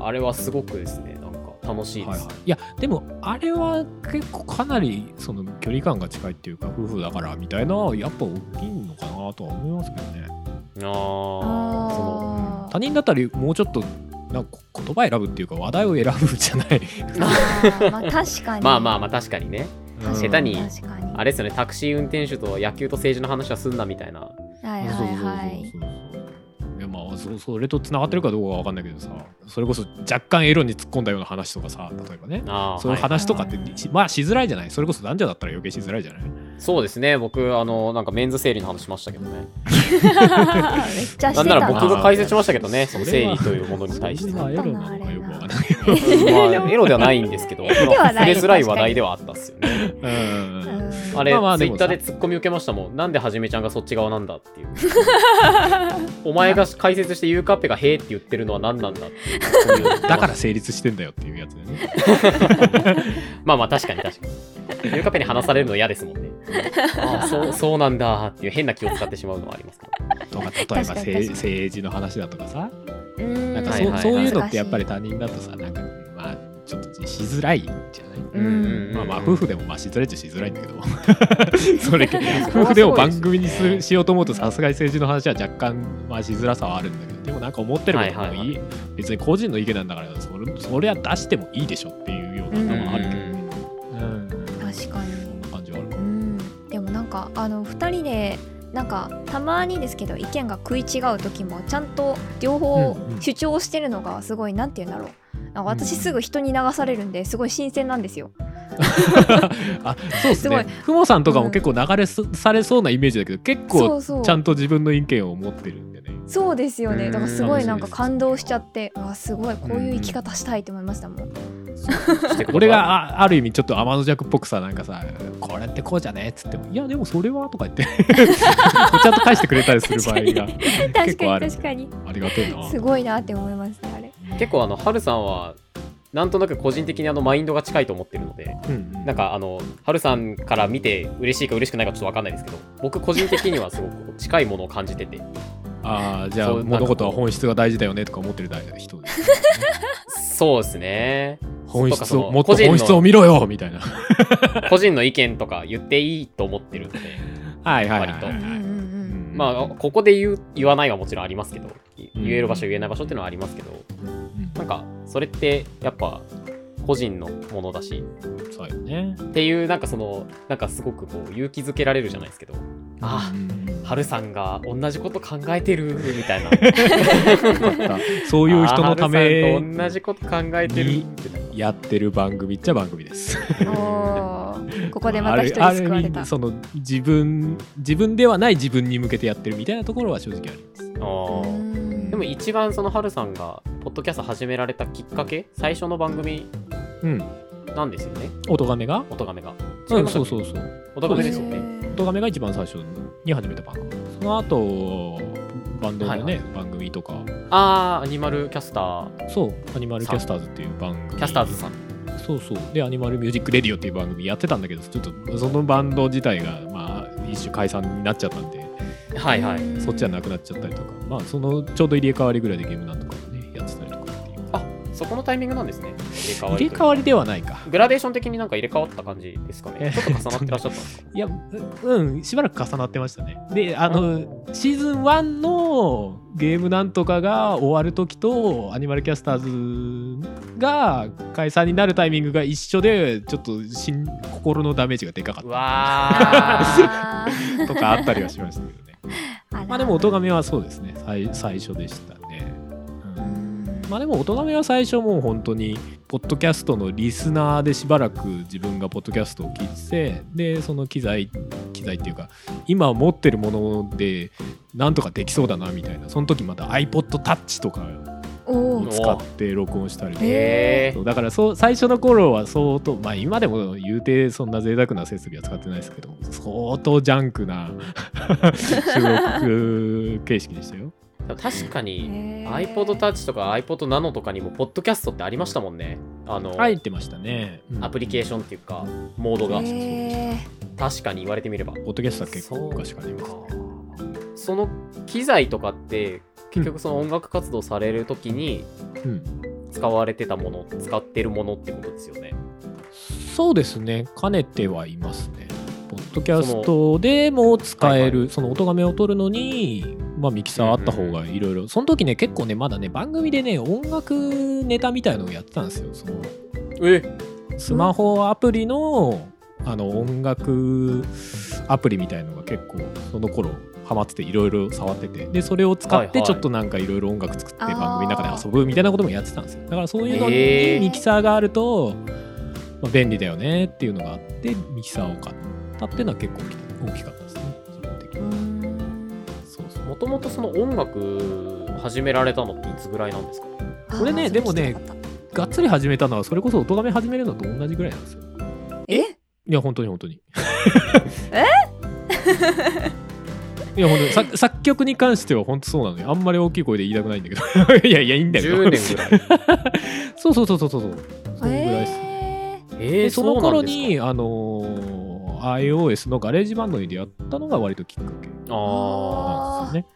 あれはすごくですねなんか楽しいではいす、はい、いやでもあれは結構かなりその距離感が近いっていうか夫婦だからみたいなのはやっぱ大きいのかなとは思いますけどね。ああそのあ他人だったりもうちょっとなんか言葉選ぶっていうか話題を選ぶじゃない。ーあーまあ確かにまあまあまあ確かにね確か下手に確かにあれですよねタクシー運転手と野球と政治の話はすんなみたいなはいそうはいそうそうそうはいいやまあそそれとつながってるかどうかは分かんないけどさそれこそ若干エロに突っ込んだような話とかさ例えばねあーそういうはい話とかって、しまあしづらいじゃないそれこそ男女だったら余計しづらいじゃないそうですね僕あのなんかメンズ生理の話しましたけど ねめっちゃしてなたんなら僕が解説しましたけどねそそれのは生理というものに対してそんまなエロなのかよく分かんないけどあエロではないんです けど触れではないづらい話題ではあったっすよねうんうんあれ、まあまあツでイもッさターでツッコミ受けましたもん。なんではじめちゃんがそっち側なんだっていう。お前が解説してゆうかっぺがへーって言ってるのは何なんだっていうツッコミを受けました。 だから成立してんだよっていうやつだよねまあまあ確かに確かに。ゆうかっぺに話されるの嫌ですもん ね。ああそうそうなんだっていう変な気を使ってしまうのはあります から。とか例えば確かに確かに政政治の話だとかさうんなんかはそいうはいそういうのってやっぱり他人だとさなんかまあちょっとしづらいじゃないうんまあまあ夫婦で。でもまあしづらいっちゃしづらいんだけどそれや夫婦でそこもは番す組にするしようと思うとさすがに政治の話は若干まあしづらさはあるんだけどでもなんか思ってることもいい,、はいはいは別に個人の意見なんだからそれそれは出してもいいでしょっていうようなのはあるけどね、うん確かにそんな感じはあるかうもんでもなんかあの2人でなんかたまにですけど意見が食い違う時もちゃんと両方うんうん主張してるのがすごいなんて言うんだろうなんか私すぐ人に流されるんですごい新鮮なんですよ。あそうですすごいねふもさんとかも結構流れすされそうなイメージだけど結そ構うそうちゃんと自分の意見を持ってるんでねそうですようね。んだからすごいなんか感動しちゃって、あすごいこういう生き方したいと思いましたもん。してくれ俺たがあある意味ちょっと天の弱っぽくさなんかさ「これってこうじゃね?」っつっても「いやでもそれは」とか言って ちゃんと返してくれたりする場合が確結か構あにる確かにありがてえなすごいなって思いますねあれ。結構あの、はるさんは、なんとなく個人的にあのマインドが近いと思ってるので、うんうんなんかあの、はるさんから見て嬉しいか嬉しくないかちょっとわかんないですけど、僕個人的にはすごく近いものを感じてて、 ああじゃあそうなんか 物事は本質が大事だよねとか思ってる人ですそうですね。本とか質そをのもっと個人の本質を見ろよみたいなは個人の意見とか言っていいと思ってるので、いはいはい、割とはいうんうんまあ、ここで言う言わないはもちろんありますけど、い言える場所、言えない場所っていうのはありますけど、うんなんか、それってやっぱ個人のものだし、そうよねっていう、なんかその、なんかすごくこう勇気づけられるじゃないですけど、あうんあ、はるさんが同じこと考えてるみたいな、そういう人のたあーはるさめんと同じこと考えてるってなやってる番組っちゃ番組ですうんおーここでまた一あ人る救われたある意味その自分自分ではない自分に向けてやってるみたいなところは正直ありますあーうんでも一番そのはるさんがポッドキャスト始められたきっかけ最初の番組うんなんですよね音がめが音亀がうんそううそうそう音亀ですよね音がめが一番最初に始めた番組その後バンドのね、はい番組とかああアニマルキャスターそうアニマルキャスターズっていう番組キャスターズさんそうそうでアニマルミュージックレディオっていう番組やってたんだけどちょっとそのバンド自体がまあ一種解散になっちゃったんではいはいそっちはなくなっちゃったりとかまあそのちょうど入れ替わりぐらいでゲームなんとかもねやってたりとかっていうあそこのタイミングなんですね入れ替わりという入れか替わりではないかグラデーション的になんか入れ替わった感じですかねちょっと重なってらっしゃったん ですかいや、ううん、しばらく重なってましたね。で、あの、シーズン1のゲームなんとかが終わるときと、アニマルキャスターズが解散になるタイミングが一緒で、ちょっと心心のダメージがでかかうっわー あたとかあったりはしましたけどね。ー まあでも、おとがめはそうですね、最最初でしたね。ううんんまあでも、おとがめは最初もう本当に、ポッドキャストのリスナーでしばらく自分がポッドキャストを聞いてて、で、その機材、機材っていうか、今持ってるもので、なんとかできそうだなみたいな、その時また iPodTouch とかおをー使って録音したりとか。へえそうだからそう最初の頃は相当まあ今でも言うてそんな贅沢な設備は使ってないですけど相当ジャン クな収録形式でしたよ。確かにへー iPod Touch とか iPod Nano とかにもポッドキャストってありましたもんねあの、入ってましたね。アプリケーシションっていうかモードがへ確かに言われてみればョン。ポッドキャストは結構昔からありますね。その機材とかって結局その音楽活動される時にうん使われてたもの、使ってるものってことですよねそうですね、兼ねてはいますね。ポッドキャストでも使える、その音がめを取るのに、まあ、ミキサーあった方がいろいろ、その時ね、結構ね、まだね、番組でね、音楽ネタみたいのをやってたんですよ。そのえスマホアプリのあの音楽アプリみたいのが結構その頃ハマってていろいろ触っててでそれを使っはいはていちょっとなんかいろいろ音楽作ってあー番組の中で遊ぶみたいなこともやってたんですよだからそういうのへにーミキサーがあると、まあ、便利だよねっていうのがあってミキサーを買ったっていうのは結構大き大きかったですね自分ー的にうはんそうそうもともとその音楽始められたのっていつぐらいなんですかこれねあーでもねそう聞きたかっがっつり始めたのはそれこそ音がめ始めるのと同じぐらいなんですよたえいや本当に本当にえ いや本当にさ作曲に関しては本当そうなのよあんまり大きい声で言いたくないんだけど いやいやいいんだけど10年ぐらいそうそうそうそうそうそうそのぐらいです、えーえでー、そうのな頃んですかにあのー iOS のガレージバンドに出会ったのが割ときっかけあなんです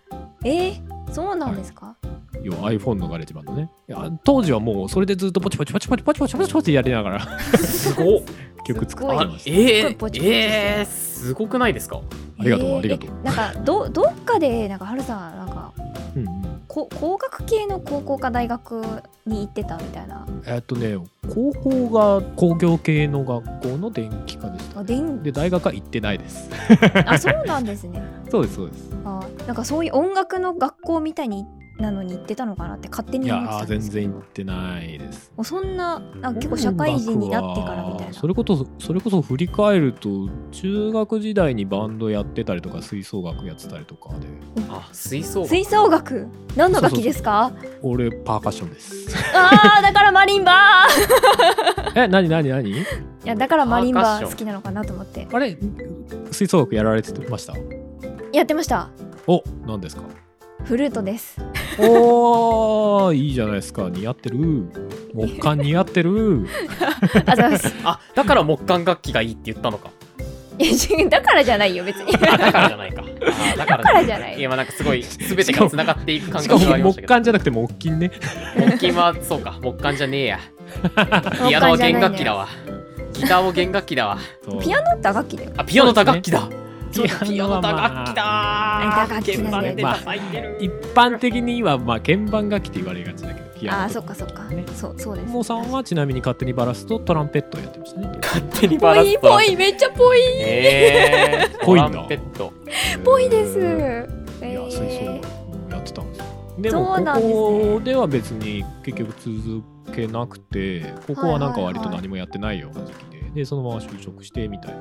えーそうなんですかよね要は iPhone のガレージバンドねいや当時はもうそれでずっとポチポチポチポチポチポチポチポチやりながらーすごっ曲す作っごていましえすたっごいポチポチしてー、るえー、すごくないですかありがとえうーありがとう、えなんかどどっかでなんかはるさんなんかうんうんこ工学系の高校か大学に行ってたみたいなえっとね高校が工業系の学校の電気科でしたあでんで大学は行ってないです あそうなんですねそうですそうですあなんかそういう音楽の学校みたいになのに行ってたのかなって勝手いにや思ってたーんで全すけど然行ってないですもうそんななんか結構社会人になってからみたいなそれこそそれこそ振り返ると中学時代にバンドやってたりとか吹奏楽やってたりとかであ吹奏楽吹奏楽何の楽器ですか俺パーカッションですあーだからマリンバーえ何何何いやだからマリンパーカッバシーョン好きなのかなと思ってあれ吹奏楽やられてましたやってましたお何ですかフルートですおーいいじゃないですか似合ってる木管似合ってるあざいますあだから木管楽器がいいって言ったのかいや違うだからじゃないよ 別に だあだからじゃないか。あだかかららじじゃゃなないい。いや、まあなんかすごい、すべてが繋がっていく感しか覚がありもました木けど。管じゃなくて木琴ね木琴は、そうか、 木管じゃねえや。いんピじゃアなノいはんだよ弦楽器だわ。ギターも弦楽器だわ。そうピアノって打楽器だよあ、ピアノ打楽器だ。そうですねピアノ打楽器だあ打楽器鍵なんだ盤よで叩いてる。一般的にはまあ鍵盤楽器って言われがちだけどピアノああーそっかそっか、ねそうそうですもうさんはちなみに勝手にバラすとトランペットをやってましたね勝手にぽバラいすぽいめっちゃぽいえー、ぽいんトラだンペット。ぽいです、いや、えー吹奏楽やってたんですよ。でもそうなんですね高校では別に結局続けなくて高校はなんか割と何もやってないような時期ででそのまま就職してみたい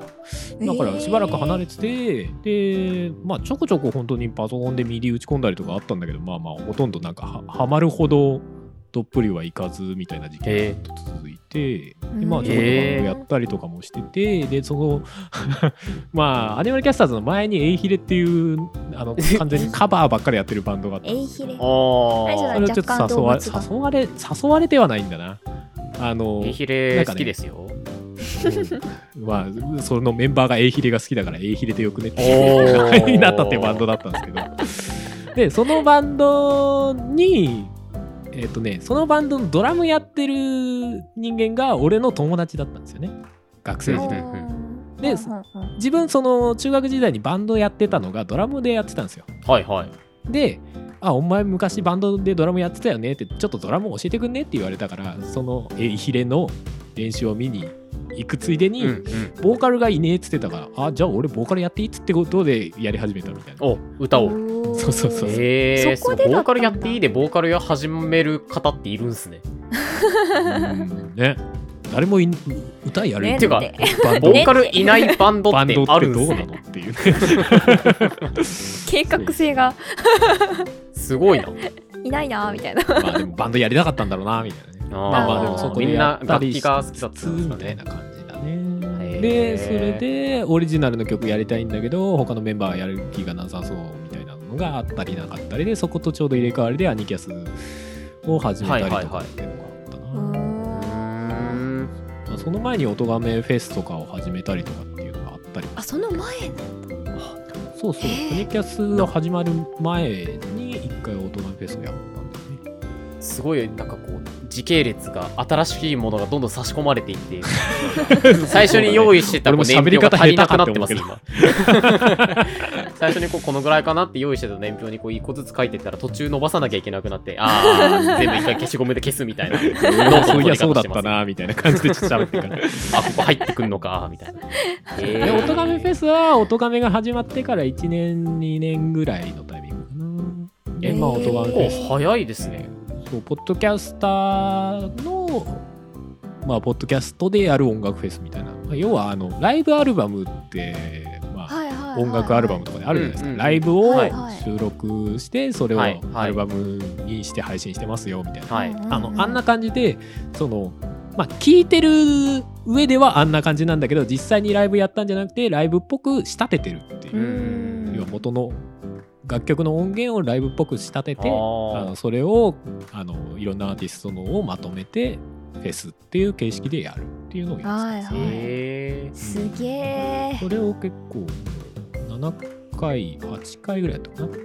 なだからしばらく離れてて、でまあちょこちょこ本当にパソコンでミディ打ち込んだりとかあったんだけどまあまあほとんどなんかははまるほどどっぷりはいかずみたいな時期がずっと続いて、ーでまあちょこちょこやったりとかもしてて、でその まあアニマルキャスターズの前にエイヒレっていう あの完全にカバーばっかりやってるバンドがあったえんいでひすよれあああそれをちょっと誘わ若干動物が誘われ誘われてはないんだなあのインヒレ好きです よ。うん まあそのメンバーがエイヒレが好きだからエイヒレでよくねってお ーになったっていうバンドだったんですけどでそのバンドにえっ、とねそのバンドのドラムやってる人間が俺の友達だったんですよね学生時代うんでうんうんうん自分その中学時代にバンドやってたのがドラムでやってたんですよはいはい。で「あお前昔バンドでドラムやってたよね」って「ちょっとドラム教えてくんね」って言われたからそのえヒレの練習を見に行くついでに、うんうん。ボーカルがいねえっつってたから「あじゃあ俺ボーカルやっていい」っつってことでやり始めたみたいな。お、歌を。おーそうそうそうえー、そこそうでだボーったんだカルやっていいでボーカルや始める方っているんすね。うんね誰もい歌やれ ねっていうかだってバンボドーカルいないバンドバっンてドっあてるんど すうなね。のっていうね計画性がすごいな。いないなーみたいなまあでもバンドやりたかったんだろうなみたいなね。 まあまあでもそこでみんやなった楽り器が好きだった普通んですかみたいねな。感じだね。へーでそれでオリジナルの曲やりたいんだけど他のメンバーはやる気がなさそうみたいなのがあったりなかったりでそことちょうど入れ替わりでアニキャスを始めたりとかっていうのがあったな。うーんまあその前に音がめフェスとかを始めたりとかっていうのがあったりあその前のそうそうへープニキャスが始まる前に一回音がめフェスをやったんだよね。 すごいなんかこう時系列が新しいものがどんどん差し込まれてい って最初に用意してたこう俺年も喋り表が方足りなくな下っ手てかまってす思今 最初にこうこのぐらいかなって用意してた年表にこう一個ずつ書いてったら途中伸ばさなきゃいけなくなってああ全部一回消しゴムで消すみ たいなノートそのう取いやりそう方だしってたますなみたいな感じでちょっと喋って から。あここ入ってくんのかみたいなえで、おとがめフェススは、おとがめが始まってから1年、2年ぐらいのタイミングかな。で、まあ、おとがめフェス、結構早いですねそう、ポッドキャスターの、まあ、ポッドキャストでやる音楽フェスみたいな。まあ要は、あの、ライブアルバムって、まあ、はいはいはいはい音楽アルバムとかであるじゃないですうんうか。んライブをはいはい収録して、それをはいはいアルバムにして配信してますよ、みたいな。はいうんあのあんな感じでそのまあ聞いてる上ではあんな感じなんだけど実際にライブやったんじゃなくてライブっぽく仕立ててるっていうう、ん要は元の楽曲の音源をライブっぽく仕立ててあーあのそれをあのいろんなアーティストのをまとめてフェスっていう形式でやるっていうのをやってたんですはいはいね。えーすげえそれを結構7回8回ぐらいやったかな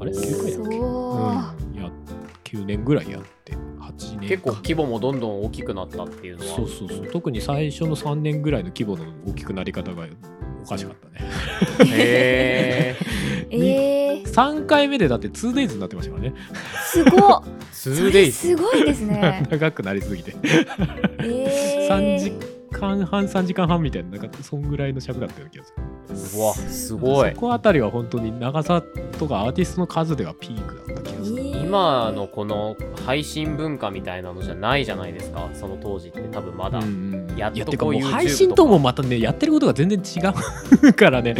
あれ9回そだっうけ、うん、や9年ぐらいやって8年結構か規模もどんどん大きくなったっていうのはそうそうそう特に最初の3年ぐらいの規模の大きくなり方がおかしかったねへ えー、 3回目でだって 2days になってましたからねすごっー、そ2 d れ a すごいですね 長くなりすぎてえー、 3時間半3時間半みたいななんかそんぐらいの尺だったような気がするうわすごいそこあたりは本当に長さとかアーティストの数ではピークだった気がする、今のこの配信文化みたいなのじゃないじゃないですかその当時って多分まだ、うんうんやっといてかこうもう YouTube 配信ともまたねやってることが全然違うか らね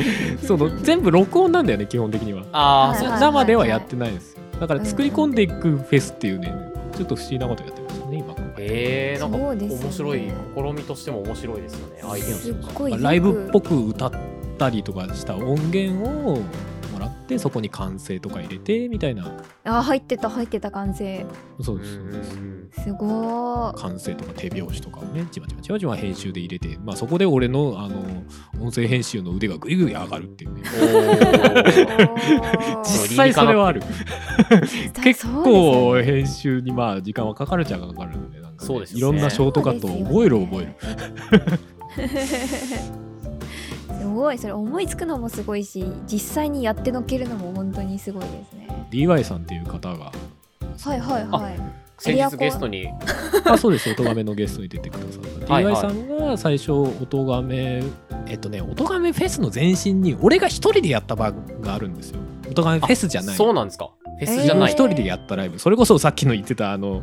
その全部録音なんだよね基本的にはああはいそうはい生ではやってないですよだから作り込んでいくフェスっていうね、ちょっと不思議なことやってましたね今、えー、なんかそうですよね面白い試みとしても面白いですよねアイデアとしてすっもごいまあライブっぽく歌ったりとかした音源をもらっってそこに完成とか入れてみたいなあ入ってた入ってた完成そううですそうですんすごー完成とか手拍子とかをねじわじわじわじわ編集で入れて、まあ、そこで俺のあの音声編集の腕がぐいぐい上がるっていう ねおー実際それはある結そう構編集にまあ時間はかかるっちゃかかるんでなんかね、そうですよいねろんなショートカットを覚える覚える ですねすごいそれ思いつくのもすごいし実際にやってのけるのも本当にすごいですね DY さんっていう方がはいはいはい先日ゲストにあそうです音がめのゲストに出てくださったはい DY はいさんが最初音がめえっとね音がめフェスの前身に俺が一人でやった場があるんですよ音がめフェスじゃないそうなんですかフェスじゃえーない、一人でやったライブそれこそさっきの言ってたあの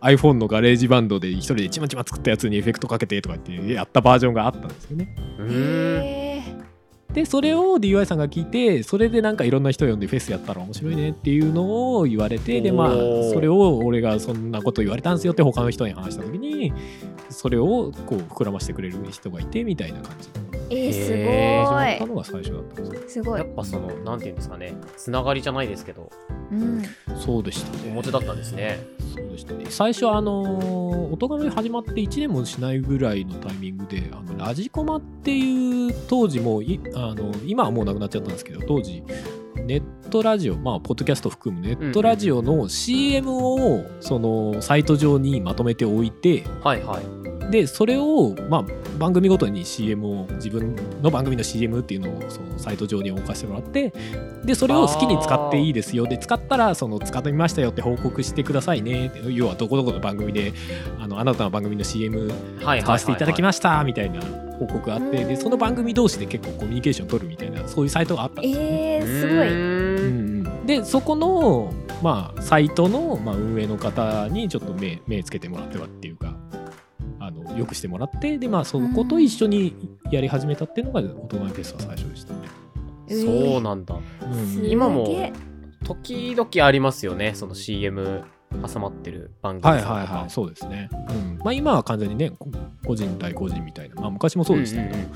iPhone のガレージバンドで一人でちまちま作ったやつにエフェクトかけてとか言ってやったバージョンがあったんですよねうーんへーでそれを DY さんが聞いてそれでなんかいろんな人呼んでフェスやったら面白いねっていうのを言われてでまあおーそれを俺がそんなこと言われたんですよって他の人に話した時にそれをこう膨らましてくれる人がいてみたいな感じでえー、すへご始まったのが最初だったんですよいすごいやっぱそのなんていうんですかねつながりじゃないですけどうんそうでしたね表だったんですねそうでしたね最初あの音がめ始まって1年もしないぐらいのタイミングであのラジコマっていう当時もういあの今はもうなくなっちゃったんですけど当時ネットラジオまあポッドキャスト含むネットラジオの CM をそのサイト上にまとめておいてはいはいでそれをまあ番組ごとに CM を自分の番組の CM っていうのをそのサイト上に置かせてもらってでそれを好きに使っていいですよで使ったらその使ってみましたよって報告してくださいね要はどこどこの番組であのあなたの番組の CM はいはいはいはい使わせていただきましたみたいな報告があってでその番組同士で結構コミュニケーション取るみたいなそういうサイトがあったんですよねえー、すうごいーんでそこの、まあ、サイトの、まあ、運営の方にちょっと目目つけてもらってはっていうかあのよくしてもらってでまあそこと一緒にやり始めたっていうのが大人フェスは最初でしたね。そうなんだうんす今もげえ時々ありますよねその CM 挟まってる番組はいさんはといかはいそうですね。うんまあ、今は完全にねこ個人対個人みたいな、まあ、昔もそうでしたけど、うんう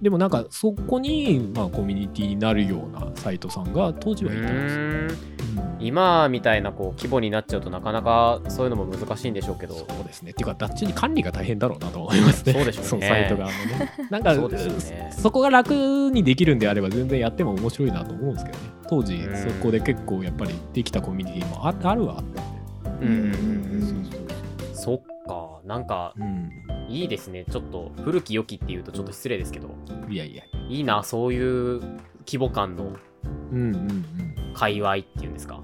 でもなんかそこに、まあ、コミュニティになるようなサイトさんが当時うはいたんですよ。ーんうん今みたいなこう規模になっちゃうとなかなかそういうのも難しいんでしょうけどそうですね。っていうか、ダッチに管理が大変だろうなと思いますね。そうでしょうねのサイト側のね。なんかそうですよねそこが楽にできるんであれば、全然やっても面白いなと思うんですけどね。当時う、んそこで結構やっぱりできたコミュニティもああるはあったんで。うんうんうんうんそっかなんかういいですねちょっと古き良きっていうとちょっと失礼ですけどん。いやいや。いいなそういう規模感のうんうんうん。界隈っていうんですか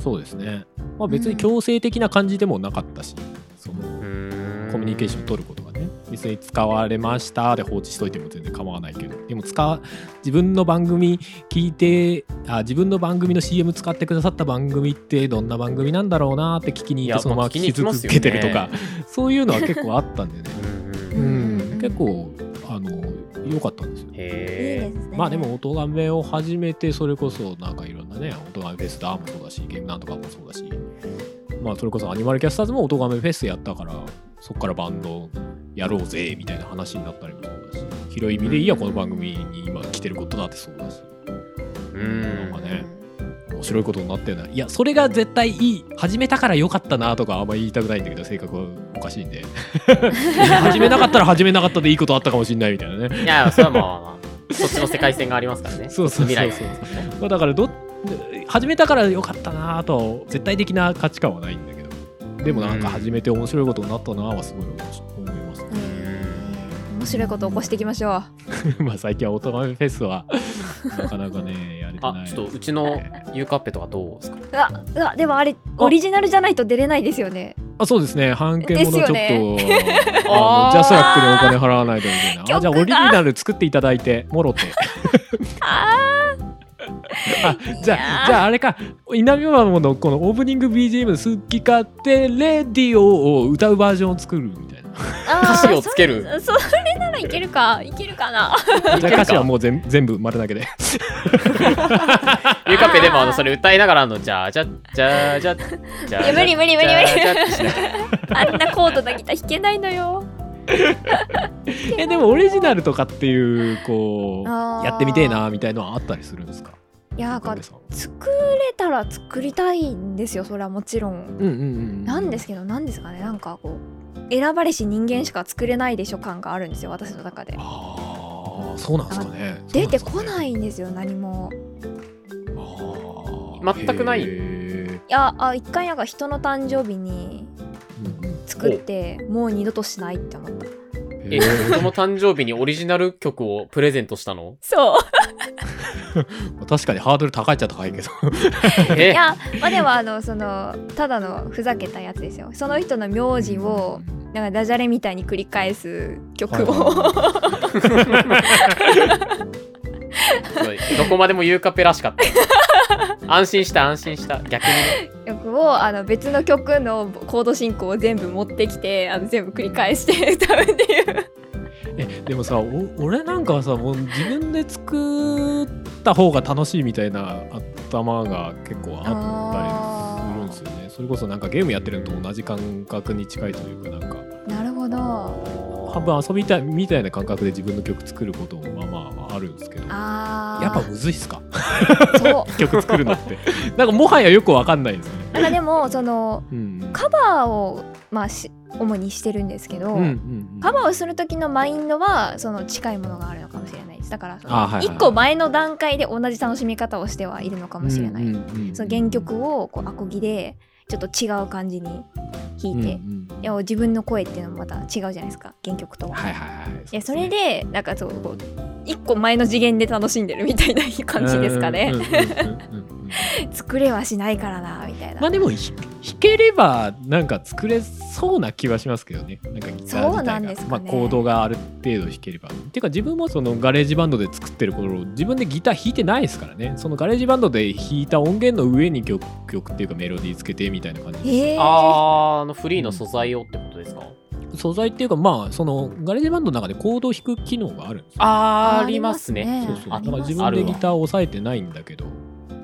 そうですね。まあ別に強制的な感じでもなかったし、その、うーんコミュニケーション取ることがね別に使われましたで放置しといても全然構わないけどでも使わ自分の番組聞いてあ自分の番組の CM 使ってくださった番組ってどんな番組なんだろうなって聞きにい行っやてそのままもう聞き聞に行ききま続すよねけてるとか、そういうのは結構あったんでね、うんうんうへん、結構あの良かったんですよいいえですねまあでも音がめを始めてそれこそなんかいろんなね音がめフェスダーもそうだしゲームなんとかもそうだしまあそれこそアニマルキャスターズも音がめフェスやったからそっからバンドやろうぜみたいな話になったりもそうだし広い意味でいいやこの番組に今来てることだってそうだしうんなんかね面白いことになったよないやそれが絶対いい始めたから良かったなとかあんまり言いたくないんだけど性格はおかしいんで 始めなかったら始めなかったでいいことあったかもしんないみたいなねいやそれはまあまあまあそっちの世界線がありますからねそうそうそうそう未来がありますからねまあ、だからど始めたから良かったなぁと絶対的な価値観はないんだけどでもなんか始めて面白いことになったなぁはすごい思いますね面白いこと起こしていきましょうまあ最近はオトガメフェスはなかなかねやれてなあいちょっとうちのゆうかっぺとかどうですかうわうわでもあれオリジナルじゃないと出れないですよねあそうですね半券ものちょっと、ですよああ ーのジャスラックでお金払わないとみたいなあじゃあ曲オがリジナル作っていただいてもろて ああじゃいやあーじゃああれか稲見ママのこのオープニング BGM「好き勝手レディオ」を歌うバージョンを作るみたいなあ歌詞をつけるそそれならいけるかいけるかなじゃあ歌詞はもう全全部丸投 げで。ゆうかっぺでもあのそれ歌いながらあのじゃあじゃじゃじゃじゃいや無理無理無理無理じゃじゃってしながらあんな高度なギター弾けないのよえでもオリジナルとかっていうこうあーやってみてえなみたいのはあったりするんですか。いやなんか神戸さん作れたら作りたいんですよそれはもちろんうんうんうんなんですけどなんですかねなんかこう選ばれし人間しか作れないでしょ感があるんですよ私の中でああそうなんですかね出てこないいんですよ何も全くないうんいやあ一回なんか人の誕生日に作ってもう二度としないって思ったえ、人の誕生日にオリジナル曲をプレゼントしたのそう確かにハードル高いっちゃ高いけどいえやまあでもあのそのただのふざけたやつですよその人の名字をなんかダジャレみたいに繰り返す曲をどこまでもユーカペらしかった。安心した、安心した。逆にね。曲をあの別の曲のコード進行を全部持ってきてあの全部繰り返して歌うっていうえ でもさお俺なんかはさもう自分で作った方が楽しいみたいな頭が結構あったりするんですよねそれこそなんかゲームやってるのと同じ感覚に近いというかなんかなるほど半分遊びたいみたいな感覚で自分の曲作ることもまあまああるんですけどやっあーぱむずいっすかそう曲作るのってなんかもはやよくわかんないですねなんかでもそのうんうんカバーをまあし主にしてるんですけど、うんうんうんカバーをする時のマインドはその近いものがあるのかもしれないですだからそあはいはのいはい一個前の段階で同じ楽しみ方をしてはいるのかもしれない、うんうんうんその原曲をこうアコギでちょっと違う感じに弾いて、うんうんいや自分の声っていうのもまた違うじゃないですか原曲とは。はいはいはいいやそれでなんかそうこう一個前の次元で楽しんでるみたいな感じですかねうんうんうんうんうんうん作れはしないからなみたいな、まあでもひ弾ければなんか作れそうな気はしますけどねなんかギター自体がそうなんですかねまあ、コードがある程度弾ければっていうか自分もそのガレージバンドで作ってる頃自分でギター弾いてないですからねそのガレージバンドで弾いた音源の上に曲曲っていうかメロディーつけてみたいな感じでへえあー、あのフリーの素材をってことですか素材っていうかまあそのガレージバンドの中でコードを弾く機能があるんですよあー、ありますね。そうそうあだから自あ分るでわギターを押さえてないんだけど、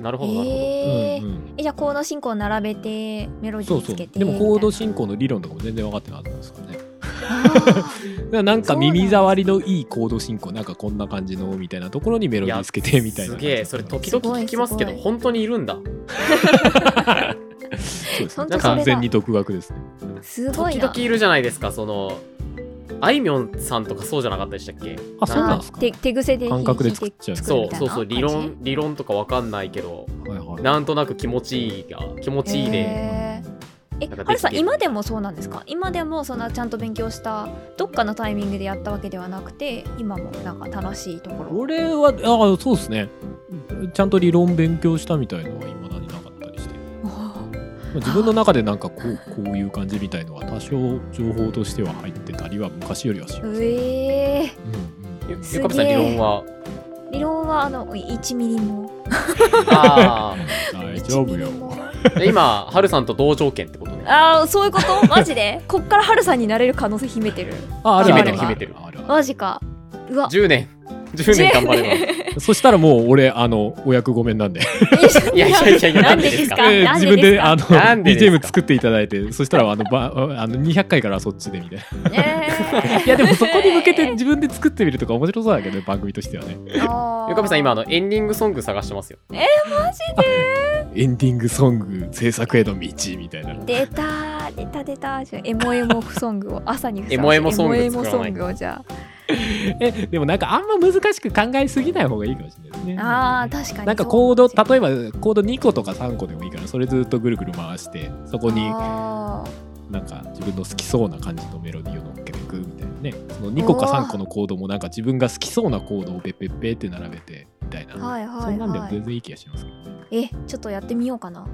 なるへほど、なるほど。えうんうんえじゃあコード進行を並べてメロディそうーそつうけてでもコード進進行の理論とかも全然分かってなかったんですからね 行だからなんかそうなんです耳障りのいいコード進行なんかこんな感じのみたいなところにメロディーつけてみたいなすげえ、それ時々すごい聞きますけど、すごい本当にいるんだ。本そうですね当それだ完全に独学ですねすごい時な々いるじゃないですか、その、あいみょんさんとかそうじゃなかったでしたっけあそうなんあですか手手癖で感覚で作っちゃう弾いてそうそみたいなうそう理感じ論理論とかわかんないけどはいはいなんとなく気持ちいいが気持ちいいで、へーえなんかできてるハルさん今でもそうなんですか今でもそんなちゃんと勉強したどっかのタイミングでやったわけではなくて今もなんか楽しいところ俺はあそうですねちゃんと理論勉強したみたいのはいまだになかったりしてあまあ自分の中でなんかこうこういう感じみたいのは多少情報としては入ってたりは昔よりはしーます、ええうんゆすげえゆかぴさん理論 は理論はあの1ミリもあうん、大丈夫よ1ミリもあで今はるさんと同条件ってことねあーそういう ことマジでこっからハルさんになれる可能性秘めてるあある秘あめてるるある秘めてるあるあるマジかうわ10年10年頑張れ そしたらもう俺あのお役ごめんなんでばいやいやいやいやなんでですかえ ーなんで自分ですであかのなんでですか BGM 作っていただいてそしたらあのばあの200回からはそっちでみ たいなねいやでもそこに向けて 自分で作ってみるとか面白そうだけどね番組としてはねえあーゆかぴさん今あのエンディングソング探してますよエンディングソング制作への道みたいな出たー出た出たじゃあエモエモソングを朝にふさわしいエモエモソングエ作モエモらソないングをじゃえでもなんかあんま難しく考えすぎない方がいいかもしれないですねああー確かになんかコードた例えばコード2個とか3個でもいいからそれずっとぐるぐる回してそこになんか自分の好きそうな感じのメロディーを乗っけていくみたいなねその2個か3個のコードもなんか自分が好きそうなコードをペッペッペって並べてみたいな、はいはそいんなんでもは全然いい気がしますけどね、いえちょっとやってみようかな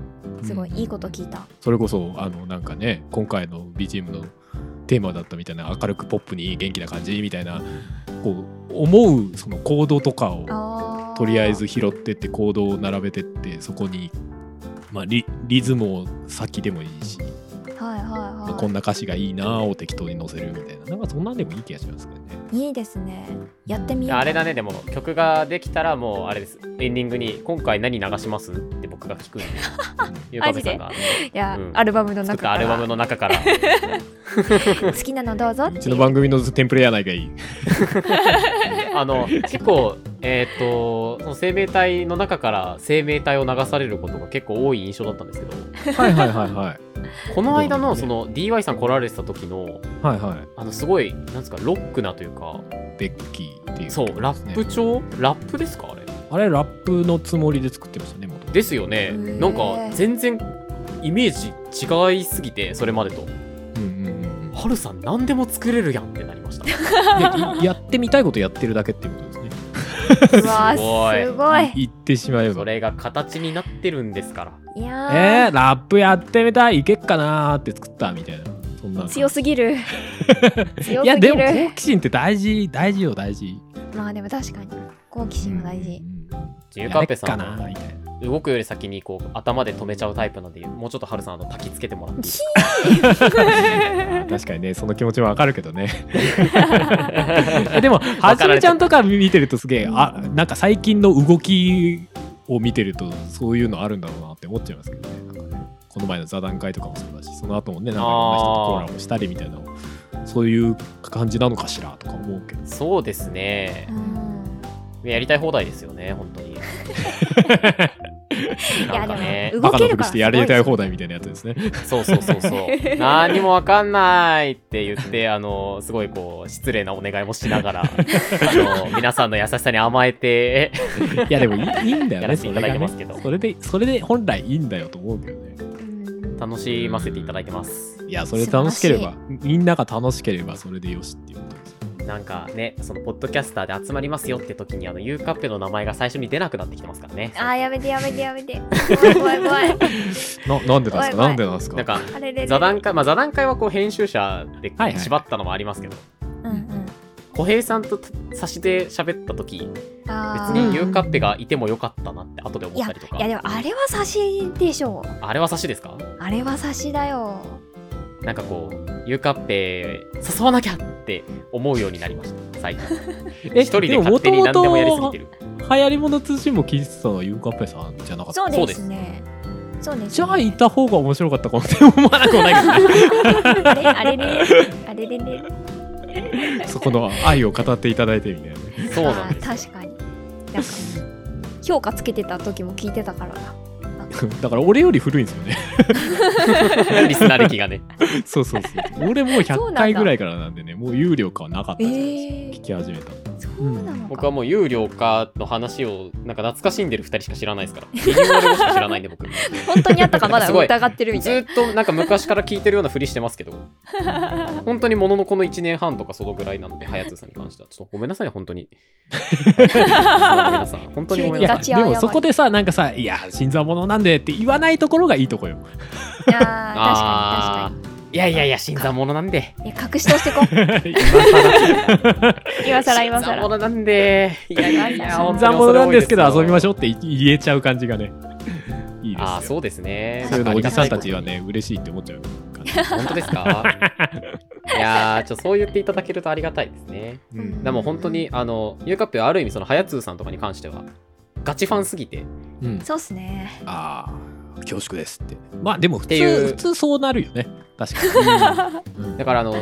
すごい、うんいいこと聞いたそれこそあのなんかね今回の BGM のテーマだったみたいな明るくポップに元気な感じみたいなこう思うその行動とかをあーとりあえず拾ってって行動を並べてってそこに、まあ、リリズムを先でもいいしはいはいはまあこんな歌詞がいいなを適当に載せるみたいななんかそんなんでもいい気がしますけどねいいですねやってみようあれだねでも曲ができたらもうあれですエンディングに「今回何流します?」って僕が聞 くんでゆうかべさんがいや、うんアルバム作のっ中かたらアルバムの中から好きなのどうぞってういうちの番組のテンプレやないかいいあ の結構えーっとその生命体の中から生命体を流されることが結構多い印象だったんですけどはいはいはいはいこの間のその DY さん来られてた時のはいはいあのすごいなんですかロックなというかベッキーっていうそ曲ですね、うラップ調ラップですかあれあれラップのつもりで作ってましたね元々ですよねへーなんか全然イメージ違いすぎてそれまでとうんうんうんハルさん何でも作れるやんってなりましたでいやってみたいことやってるだけっていうことですね うわすごいすごい言ってしまえばそれが形になってるんですからいやーえー、ラップやってみたいいけっかなーって作ったみたいなそんな強すぎ る強いやすでぎもる好奇心って大事大事よ大事まあでも確かに好奇心は大事、自由カンペやされんっかなはみたいな動くより先にこう頭で止めちゃうタイプなんでもうちょっとハルさんあの焚きつけてもらっていいですか確かにねその気持ちもわかるけどね でもはじられてめるちゃんとか見てるとすげえあなんか最近の動きを見てるとそういうのあるんだろうなって思っちゃいますけどねなんかねこの前の座談会とかもそうだしその後もねなんかいろんな人とコラボしたりみたいなのそういう感じなのかしらとか思うけど そうですねうんやりたい放題ですよね本当になんかねいやでも動バカけるかなふりらすしごていやりたい放題みたいなやつ ですねそうそうそうそう 何もわかんないって言ってあのすごいこう失礼なお願いもしながらあの皆さんの優しさに甘えていやでもいいいいんだよやねらせそてれいただいてがまねすけどそれでそれで本来いいんだよと思うけどねうん楽しませていただいてますいやそれ楽しければみんなが楽しければそれでよしっていうことですなんかねそのポッドキャスターで集まりますよって時にあのゆうかっぺの名前が最初に出なくなってきてますからねあーやめてやめてやめて怖い怖い怖いななんでなんですかおいおいなんでなんですかなんかあれれれ座談会まあ座談会はこう編集者ではいはい縛ったのもありますけどうんうん小平さんと差しで喋った時あ別ーにゆうかっぺがいてもよかったなって後で思ったりとかいやでもあれは差しでしょあれは差しですかあれは差しだよなんかこう、ゆうかっぺ、誘わなきゃって思うようになりました、最近。え一人で勝手に何でもやりすぎてる。流行り物通信も聞いてたのはゆうかっぺさんじゃなかったそうそうでですすねそうですねじ ゃあいた方が面白かったかもって思わなくもないけどねあれあれれあれれれそこの愛を語っていただいてみたいなねそうなんですあー確かになんか評価つけてた時も聞いてたからなだから俺より古いんですよねリスナー歴がね。そうそうそう俺もうそうなん100だ回ぐらいからなんでねもう有料化はなかったんですよ、えー聞き始めたそうなのか僕はもう有料化の話を、なんか懐かしんでる二人しか知らないです から。リニューアル後しか知らないんで 僕。ず本当にあったかま だすごい疑ってるみたいっとなんか昔から聞いてるようなふりしてますけ ど、な本当にもののこの1年半とかそのぐらいなので、はやつさんに関しては。ちょっとごめんなさい、本当 に。ごめんなさい。本当にごめんいな急さいにガ。やチでもそこでさなんかさ「いや新参者なんで」って言わないところがいいとこよあー確かに確か確かに。いやいやいや、新参者なんで。にいや隠し通してこう新参今更今更者なんで。いやいやいや、新新参者なんですけど遊びましょうしょうって言えちゃう感じがねいいですよああーそうですね。そういうのおじさんたちははね嬉しいって思っちゃう感じ、本当ですかいやーちょっとそう言っていただけるとありがたいですね。ううんんでも本当にあのゆうかっぺはある意味そのはやつーさんとかに関してはガチファンすぎてうん、そうっすねああ恐縮ですってまあでも普通っていう普通そうなるよね確かに、うんだからあ の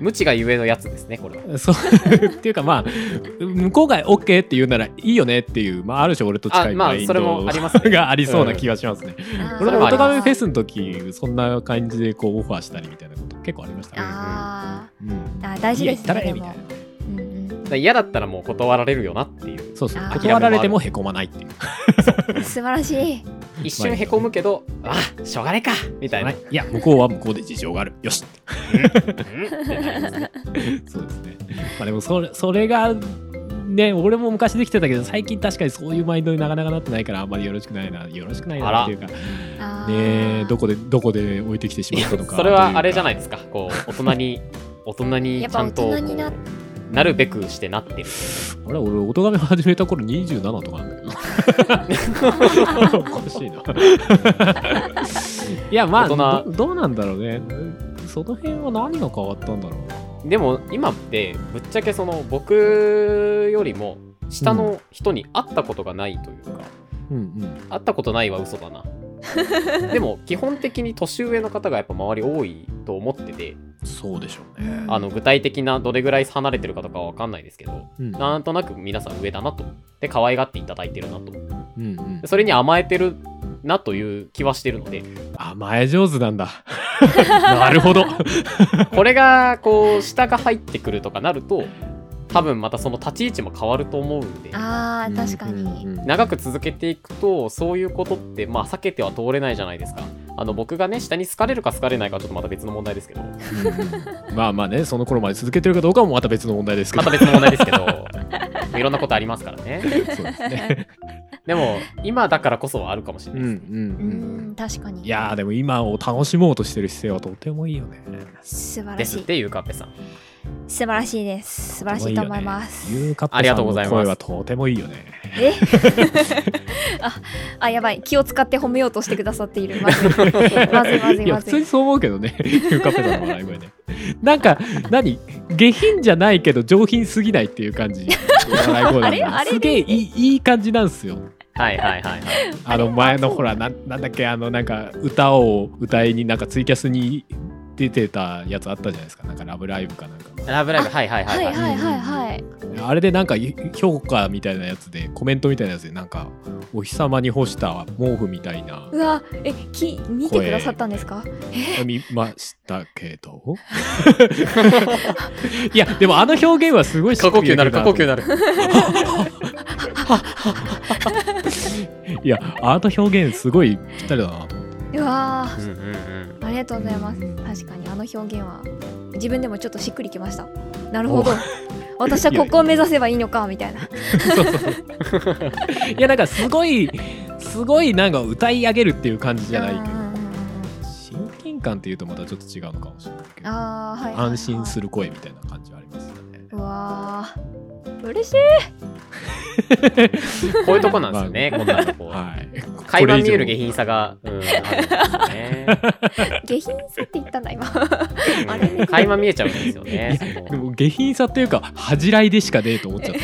無知がゆえのやつですねこれは。そうっていうかまあ向こうが OK って言うならいいよねっていう、まあ、ある種俺と近あいまあマインそれドもありますねがありそうな気がしますね、あー俺れももオありトまガメフェスの時そんな感じでこうオファーしたりみたいなこと結構ありましたねあうんーあー大事ですいやねで行ったれみたもいなねうんうんだから嫌だったらもう断られるよなっていうそうそうあー断られてもへこまないっていう素晴らしい一瞬へこむけどあしょうがねえかみたいな。はういんいや向こうは向こうで事情があるよしってってなりますねそうですね まあでもそれそれがね俺も昔できてたけど最近確かにそういうマインドになかなかなってないからあんまりよろしくないなよろしくないあならっていうかねあーえどこでどこで置いてきてしまったのかそれはあれじゃないいですかこう大人に大人にやっちぱゃ大んとこ人になっうなるべくしてなってる。あれ俺音め始めた頃27とかなんだけどな おかしいないやまあ大人どどうなんだろうねその辺は何が変わったんだろうなでも今ってぶっちゃけその僕よりも下の人に会ったことがないというか、うん会ったことないは嘘 だなでも基本的に年上の方がやっぱ周り多いと思っててうんそうでしょうねあの具体的などれぐらい離れてるかとかは分かんないですけどうんうんなんとなく皆さん上だなとで可愛がっていただいてるなとうんでそれに甘えてるなという気はしてるの で甘え上手な んだなるほどこれがこう下が入ってくるとかなると多分またその立ち位置も変わると思うんであー確かにうんうん長く続けていくとそういうことってまあ避けては通れないじゃないですかあの僕がね下に好かれるか好かれないかはちょっとまた別の問題ですけどうんまあまあねその頃まで続けてるかどうかもまた別の問題ですけ まどた別の問題ですけど いろんなことありますからねそうですねでも今だからこそはあるかもしれうなんいうです、うんん確かにいやーでも今を楽しもうとしてる姿勢はとてもいいよね。素晴でらすしっいていうかっぺさん素晴らしいです素晴らしいと思いますゆうかっぺありさがとんうのございます声はとてもいいよね。え ああやばい気を使って褒めようとしてくださっているまずいまずいまずいいやまず普通いにそう思うけどね。ゆうかっぺさんの笑い声ね。なんか何下品じゃないけど上品すぎないっていう感じ。笑い声なんだよ あれあれすげえいいいい感じなんですよ。はいはいはいはいあの前のほらなんなんだっけあのなんか歌を歌いになんかツイキャスに出てたやつあったじゃないですか。なんかラブライブかなんか。ラブライブはいはいはいはい、はいはいはいあれでなんか評価みたいなやつでコメントみたいなやつでなんかお日様に干した毛布みたいなうわえき見てくださったんですか見ましたけど いやでもあの表現はすごい過呼吸になる過呼吸にななるいやあの表現すごいぴったりだなと思ってうわうんうんうんーありがとうございますうん確かにあの表現は自分でもちょっとしっくりきましたなるほど私はここを目指せばいいのかみたいな いやなんかすごいすごいなんか歌い上げるっていう感じじゃないけうんうんうんうんど親近感っていうとまたちょっと違うのかもしれないけどあーはいはいはい安心する声みたいな感じはありますよねうわー嬉しいこういうとこなんですよね、こんなとこ、はい会話見えるこ下れ以上品さが、うん、あるんで下品さって言ったんだ今 すよあれね。会話見えちゃうんですよね。でも下品さっていうか恥じらいでしかねえと思っち ゃった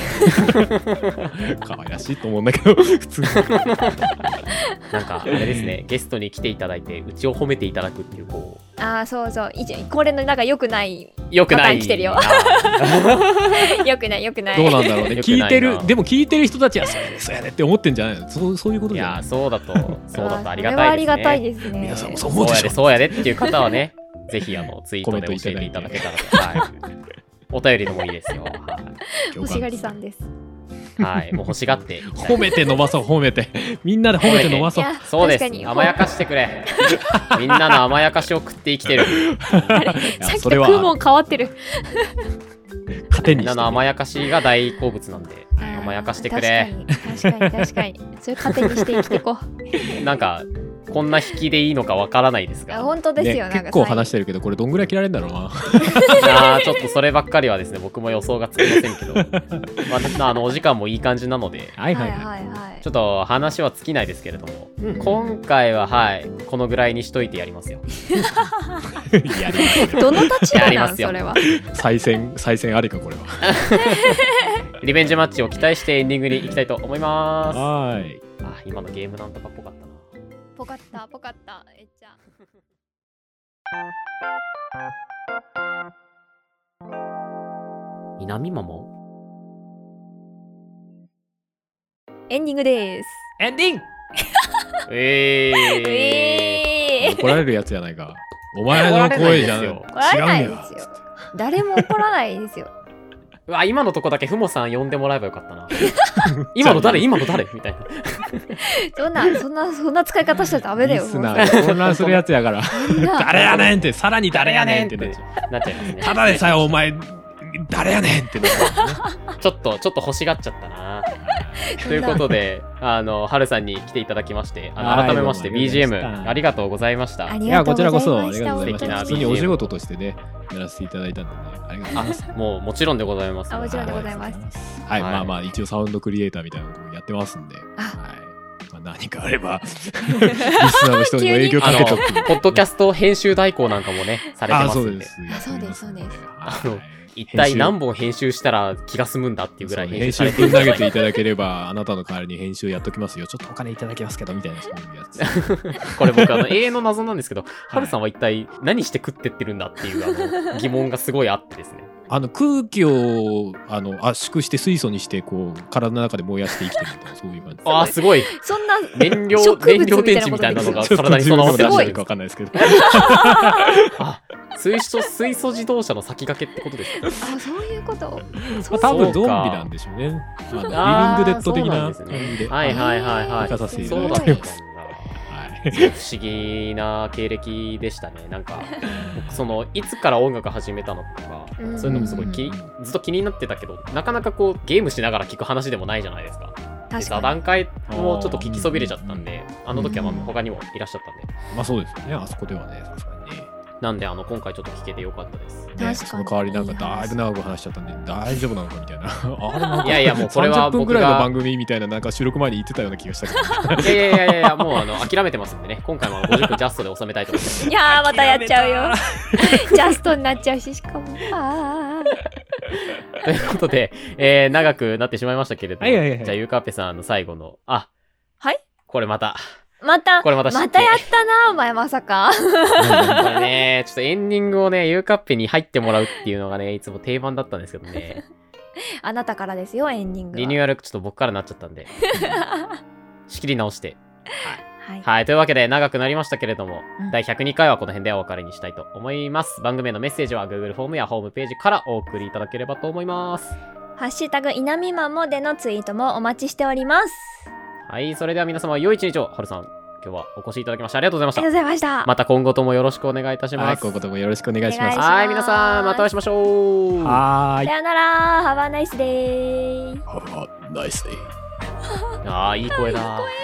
可愛らしいと思うんだけど普通にそのなんかあれですね、ゲストに来ていただいて、うちを褒めていただくっていうこうああそうそういじこれのなんか良くない よくなパターい。ン来てるよ良くない良くないどうなんだろうねよくない聞ないてるでも聞いてる人たちはそうやねそうやねって思ってんじゃないのそうそういうこといじゃなやいーそうだとそうだとありがそれはたあいでりすね。がたいですね皆さんもそそう思うでしょそうやでそうやでっていう方は ね、ぜひあのツイートで教えていただけたらと、はい、お便りでもいいですよ。は共し感がでりすさんですい、はい、もう欲しがっていきたい褒めて伸ばそう褒めて みんなで褒めて伸ばいそうやそうで確かにす。甘やかしてく れ。みんなの甘やかしを食って生きてる。いやさっきそとれ食うもはん変わってる糧みんにしなての甘やかしが大好物なんで、あー甘やかしてくれ。確かに確かに確かにそれ糧にして生きていこうなんか、こんな引きでいいのかわからないですあが、本当ですよ、なんねか結構話ししてるけどこれどんぐらい切られるんだろうなあーちょっとそればっかりはですね、僕も予想がつきませんけど、まあ、あのお時間もいい感じなので、はいははいはいはいはいちょっと話は尽きないですけれども、うん今回ははい、このぐらいにしといてやりますよ。いやでもどの 立や場りなまんすよそれは再戦再戦ありかこれはリベンジマッチを期待してエンディングに行きたいと思います。あはーいー、今のゲームなんとかっぽかったな。ぽかったぽかったえっちゃん南マもエンディングですエンデ ィングええー、え怒られるやつじゃないかお前の声じゃん違うん怒られないだでよすよ誰も怒らないですよ うわ、今のとこだけふもさん呼んでもらえばよかっ たな。今の誰今の誰みたいな。そんなそんなそんな使い方しちゃダメだよリスナーが混乱するやつやからみん な誰やねんってさらに 誰やねんってなっちゃうなっちゃいますね。 ただでさえお前誰やねんってなっちゃうねちょっと、ちょっと欲しがっちゃったな。ということで、あの、はるさんに来ていただきまして、あはのい改めましてどうもありがとうございました BGM ありがとうございましたあ。いりやがとこうちらごこざいそあまりしたがとうございまし素敵た普通なにお仕事としてねやらせていただいたんでねありがとうございますもう、もちろんでございます。あもちろんでございますはい、まあまあ一応サウンドクリエイターみたいなこともやってますんで、はい、まあ何かあ ればリスナーの人にも影響あかのけとく、ポッドキャスト編集代行なんかもね、されてあますそうんでで。すやっておりますんそうですすはいあの一体何本編集したら気が済むんだっていうぐらいそう編編集さ集れて分る。投げていただければあなたの代わりに編集やっときますよちょっとお金いただきますけどみたいなそういう やつこれ僕あの永遠の謎なんですけど、ハルさんは一体何して食ってってるんだっていうあ の疑問がすごいあってですね。あの空気をあの圧縮して水素にしてこう体の中で燃やして生きてるみたいなそういう感じああ、すごい。そんな燃料植物燃料電池みたいなのが体に備わってちらっしゃょっと自分でも出してるるかわかんないですけどあ水素水素自動車の先駆けってことですかあそういうことまあ多分ゾンビなんでしょうねあのあーリビングデッド的なそうなんですねはいはいはいはい生かさせていたそだういだてったんだはいいや不思議な経歴でしたねなんか僕そのいつから音楽始めたのとかうんそういうのもすごい気ずっと気になってたけどなかなかこうゲームしながら聞く話でもないじゃないですかで確座かに談会もちょっと聞きそびれちゃったんであの時はまあ他にもいらっしゃったんでまあそうですよねあそこではねさすがにねなんであの今回ちょっと聞けてよかったです確かにその代わりなんかだいぶ長く話しちゃったんで大丈夫なのか みたいなあれなんかいやいやもうこれは30分僕ぐらいのが番組みたいななんか収録前に言ってたような気がしたけどいやいやいやいやもうあの諦めてますんでね今回もあの50分ジャストで収めたいと思いますいやーまたやっちゃうよジャストになっちゃうししかもあーということで、えー長くなってしまいましたけれども、はいはいはいはいじゃあ、ゆうかっぺさんの最後の、あ、はいこれまた、またこれまた知ってまたやったなお前まさか これね、ちょっとエンディングをね、ゆうかっぺに入ってもらうっていうのがね、いつも定番だったんですけどね、あなたからですよエンディングはリニューアルちょっと僕からなっちゃったんで、仕切り直して。はいはい、というわけで長くなりましたけれども、うん第102回はこの辺でお別れにしたいと思います。番組へのメッセージは Google フォームやホームページからお送りいただければと思います。ハッシュタグいなみまもでのツイートもお待ちしておりますはい、それでは皆様、良い一日を。はるさん、今日はお越しいただきましてありがとうございましたありがとうご。ざいましたまた今後ともよろしくお願いいたしはまいす。今後ともよろしくお願いしまおす願はい、皆さん、またお会いしましょう。はーいさよなら Have a nice day Have a nice day ああ、いい声だ。いい声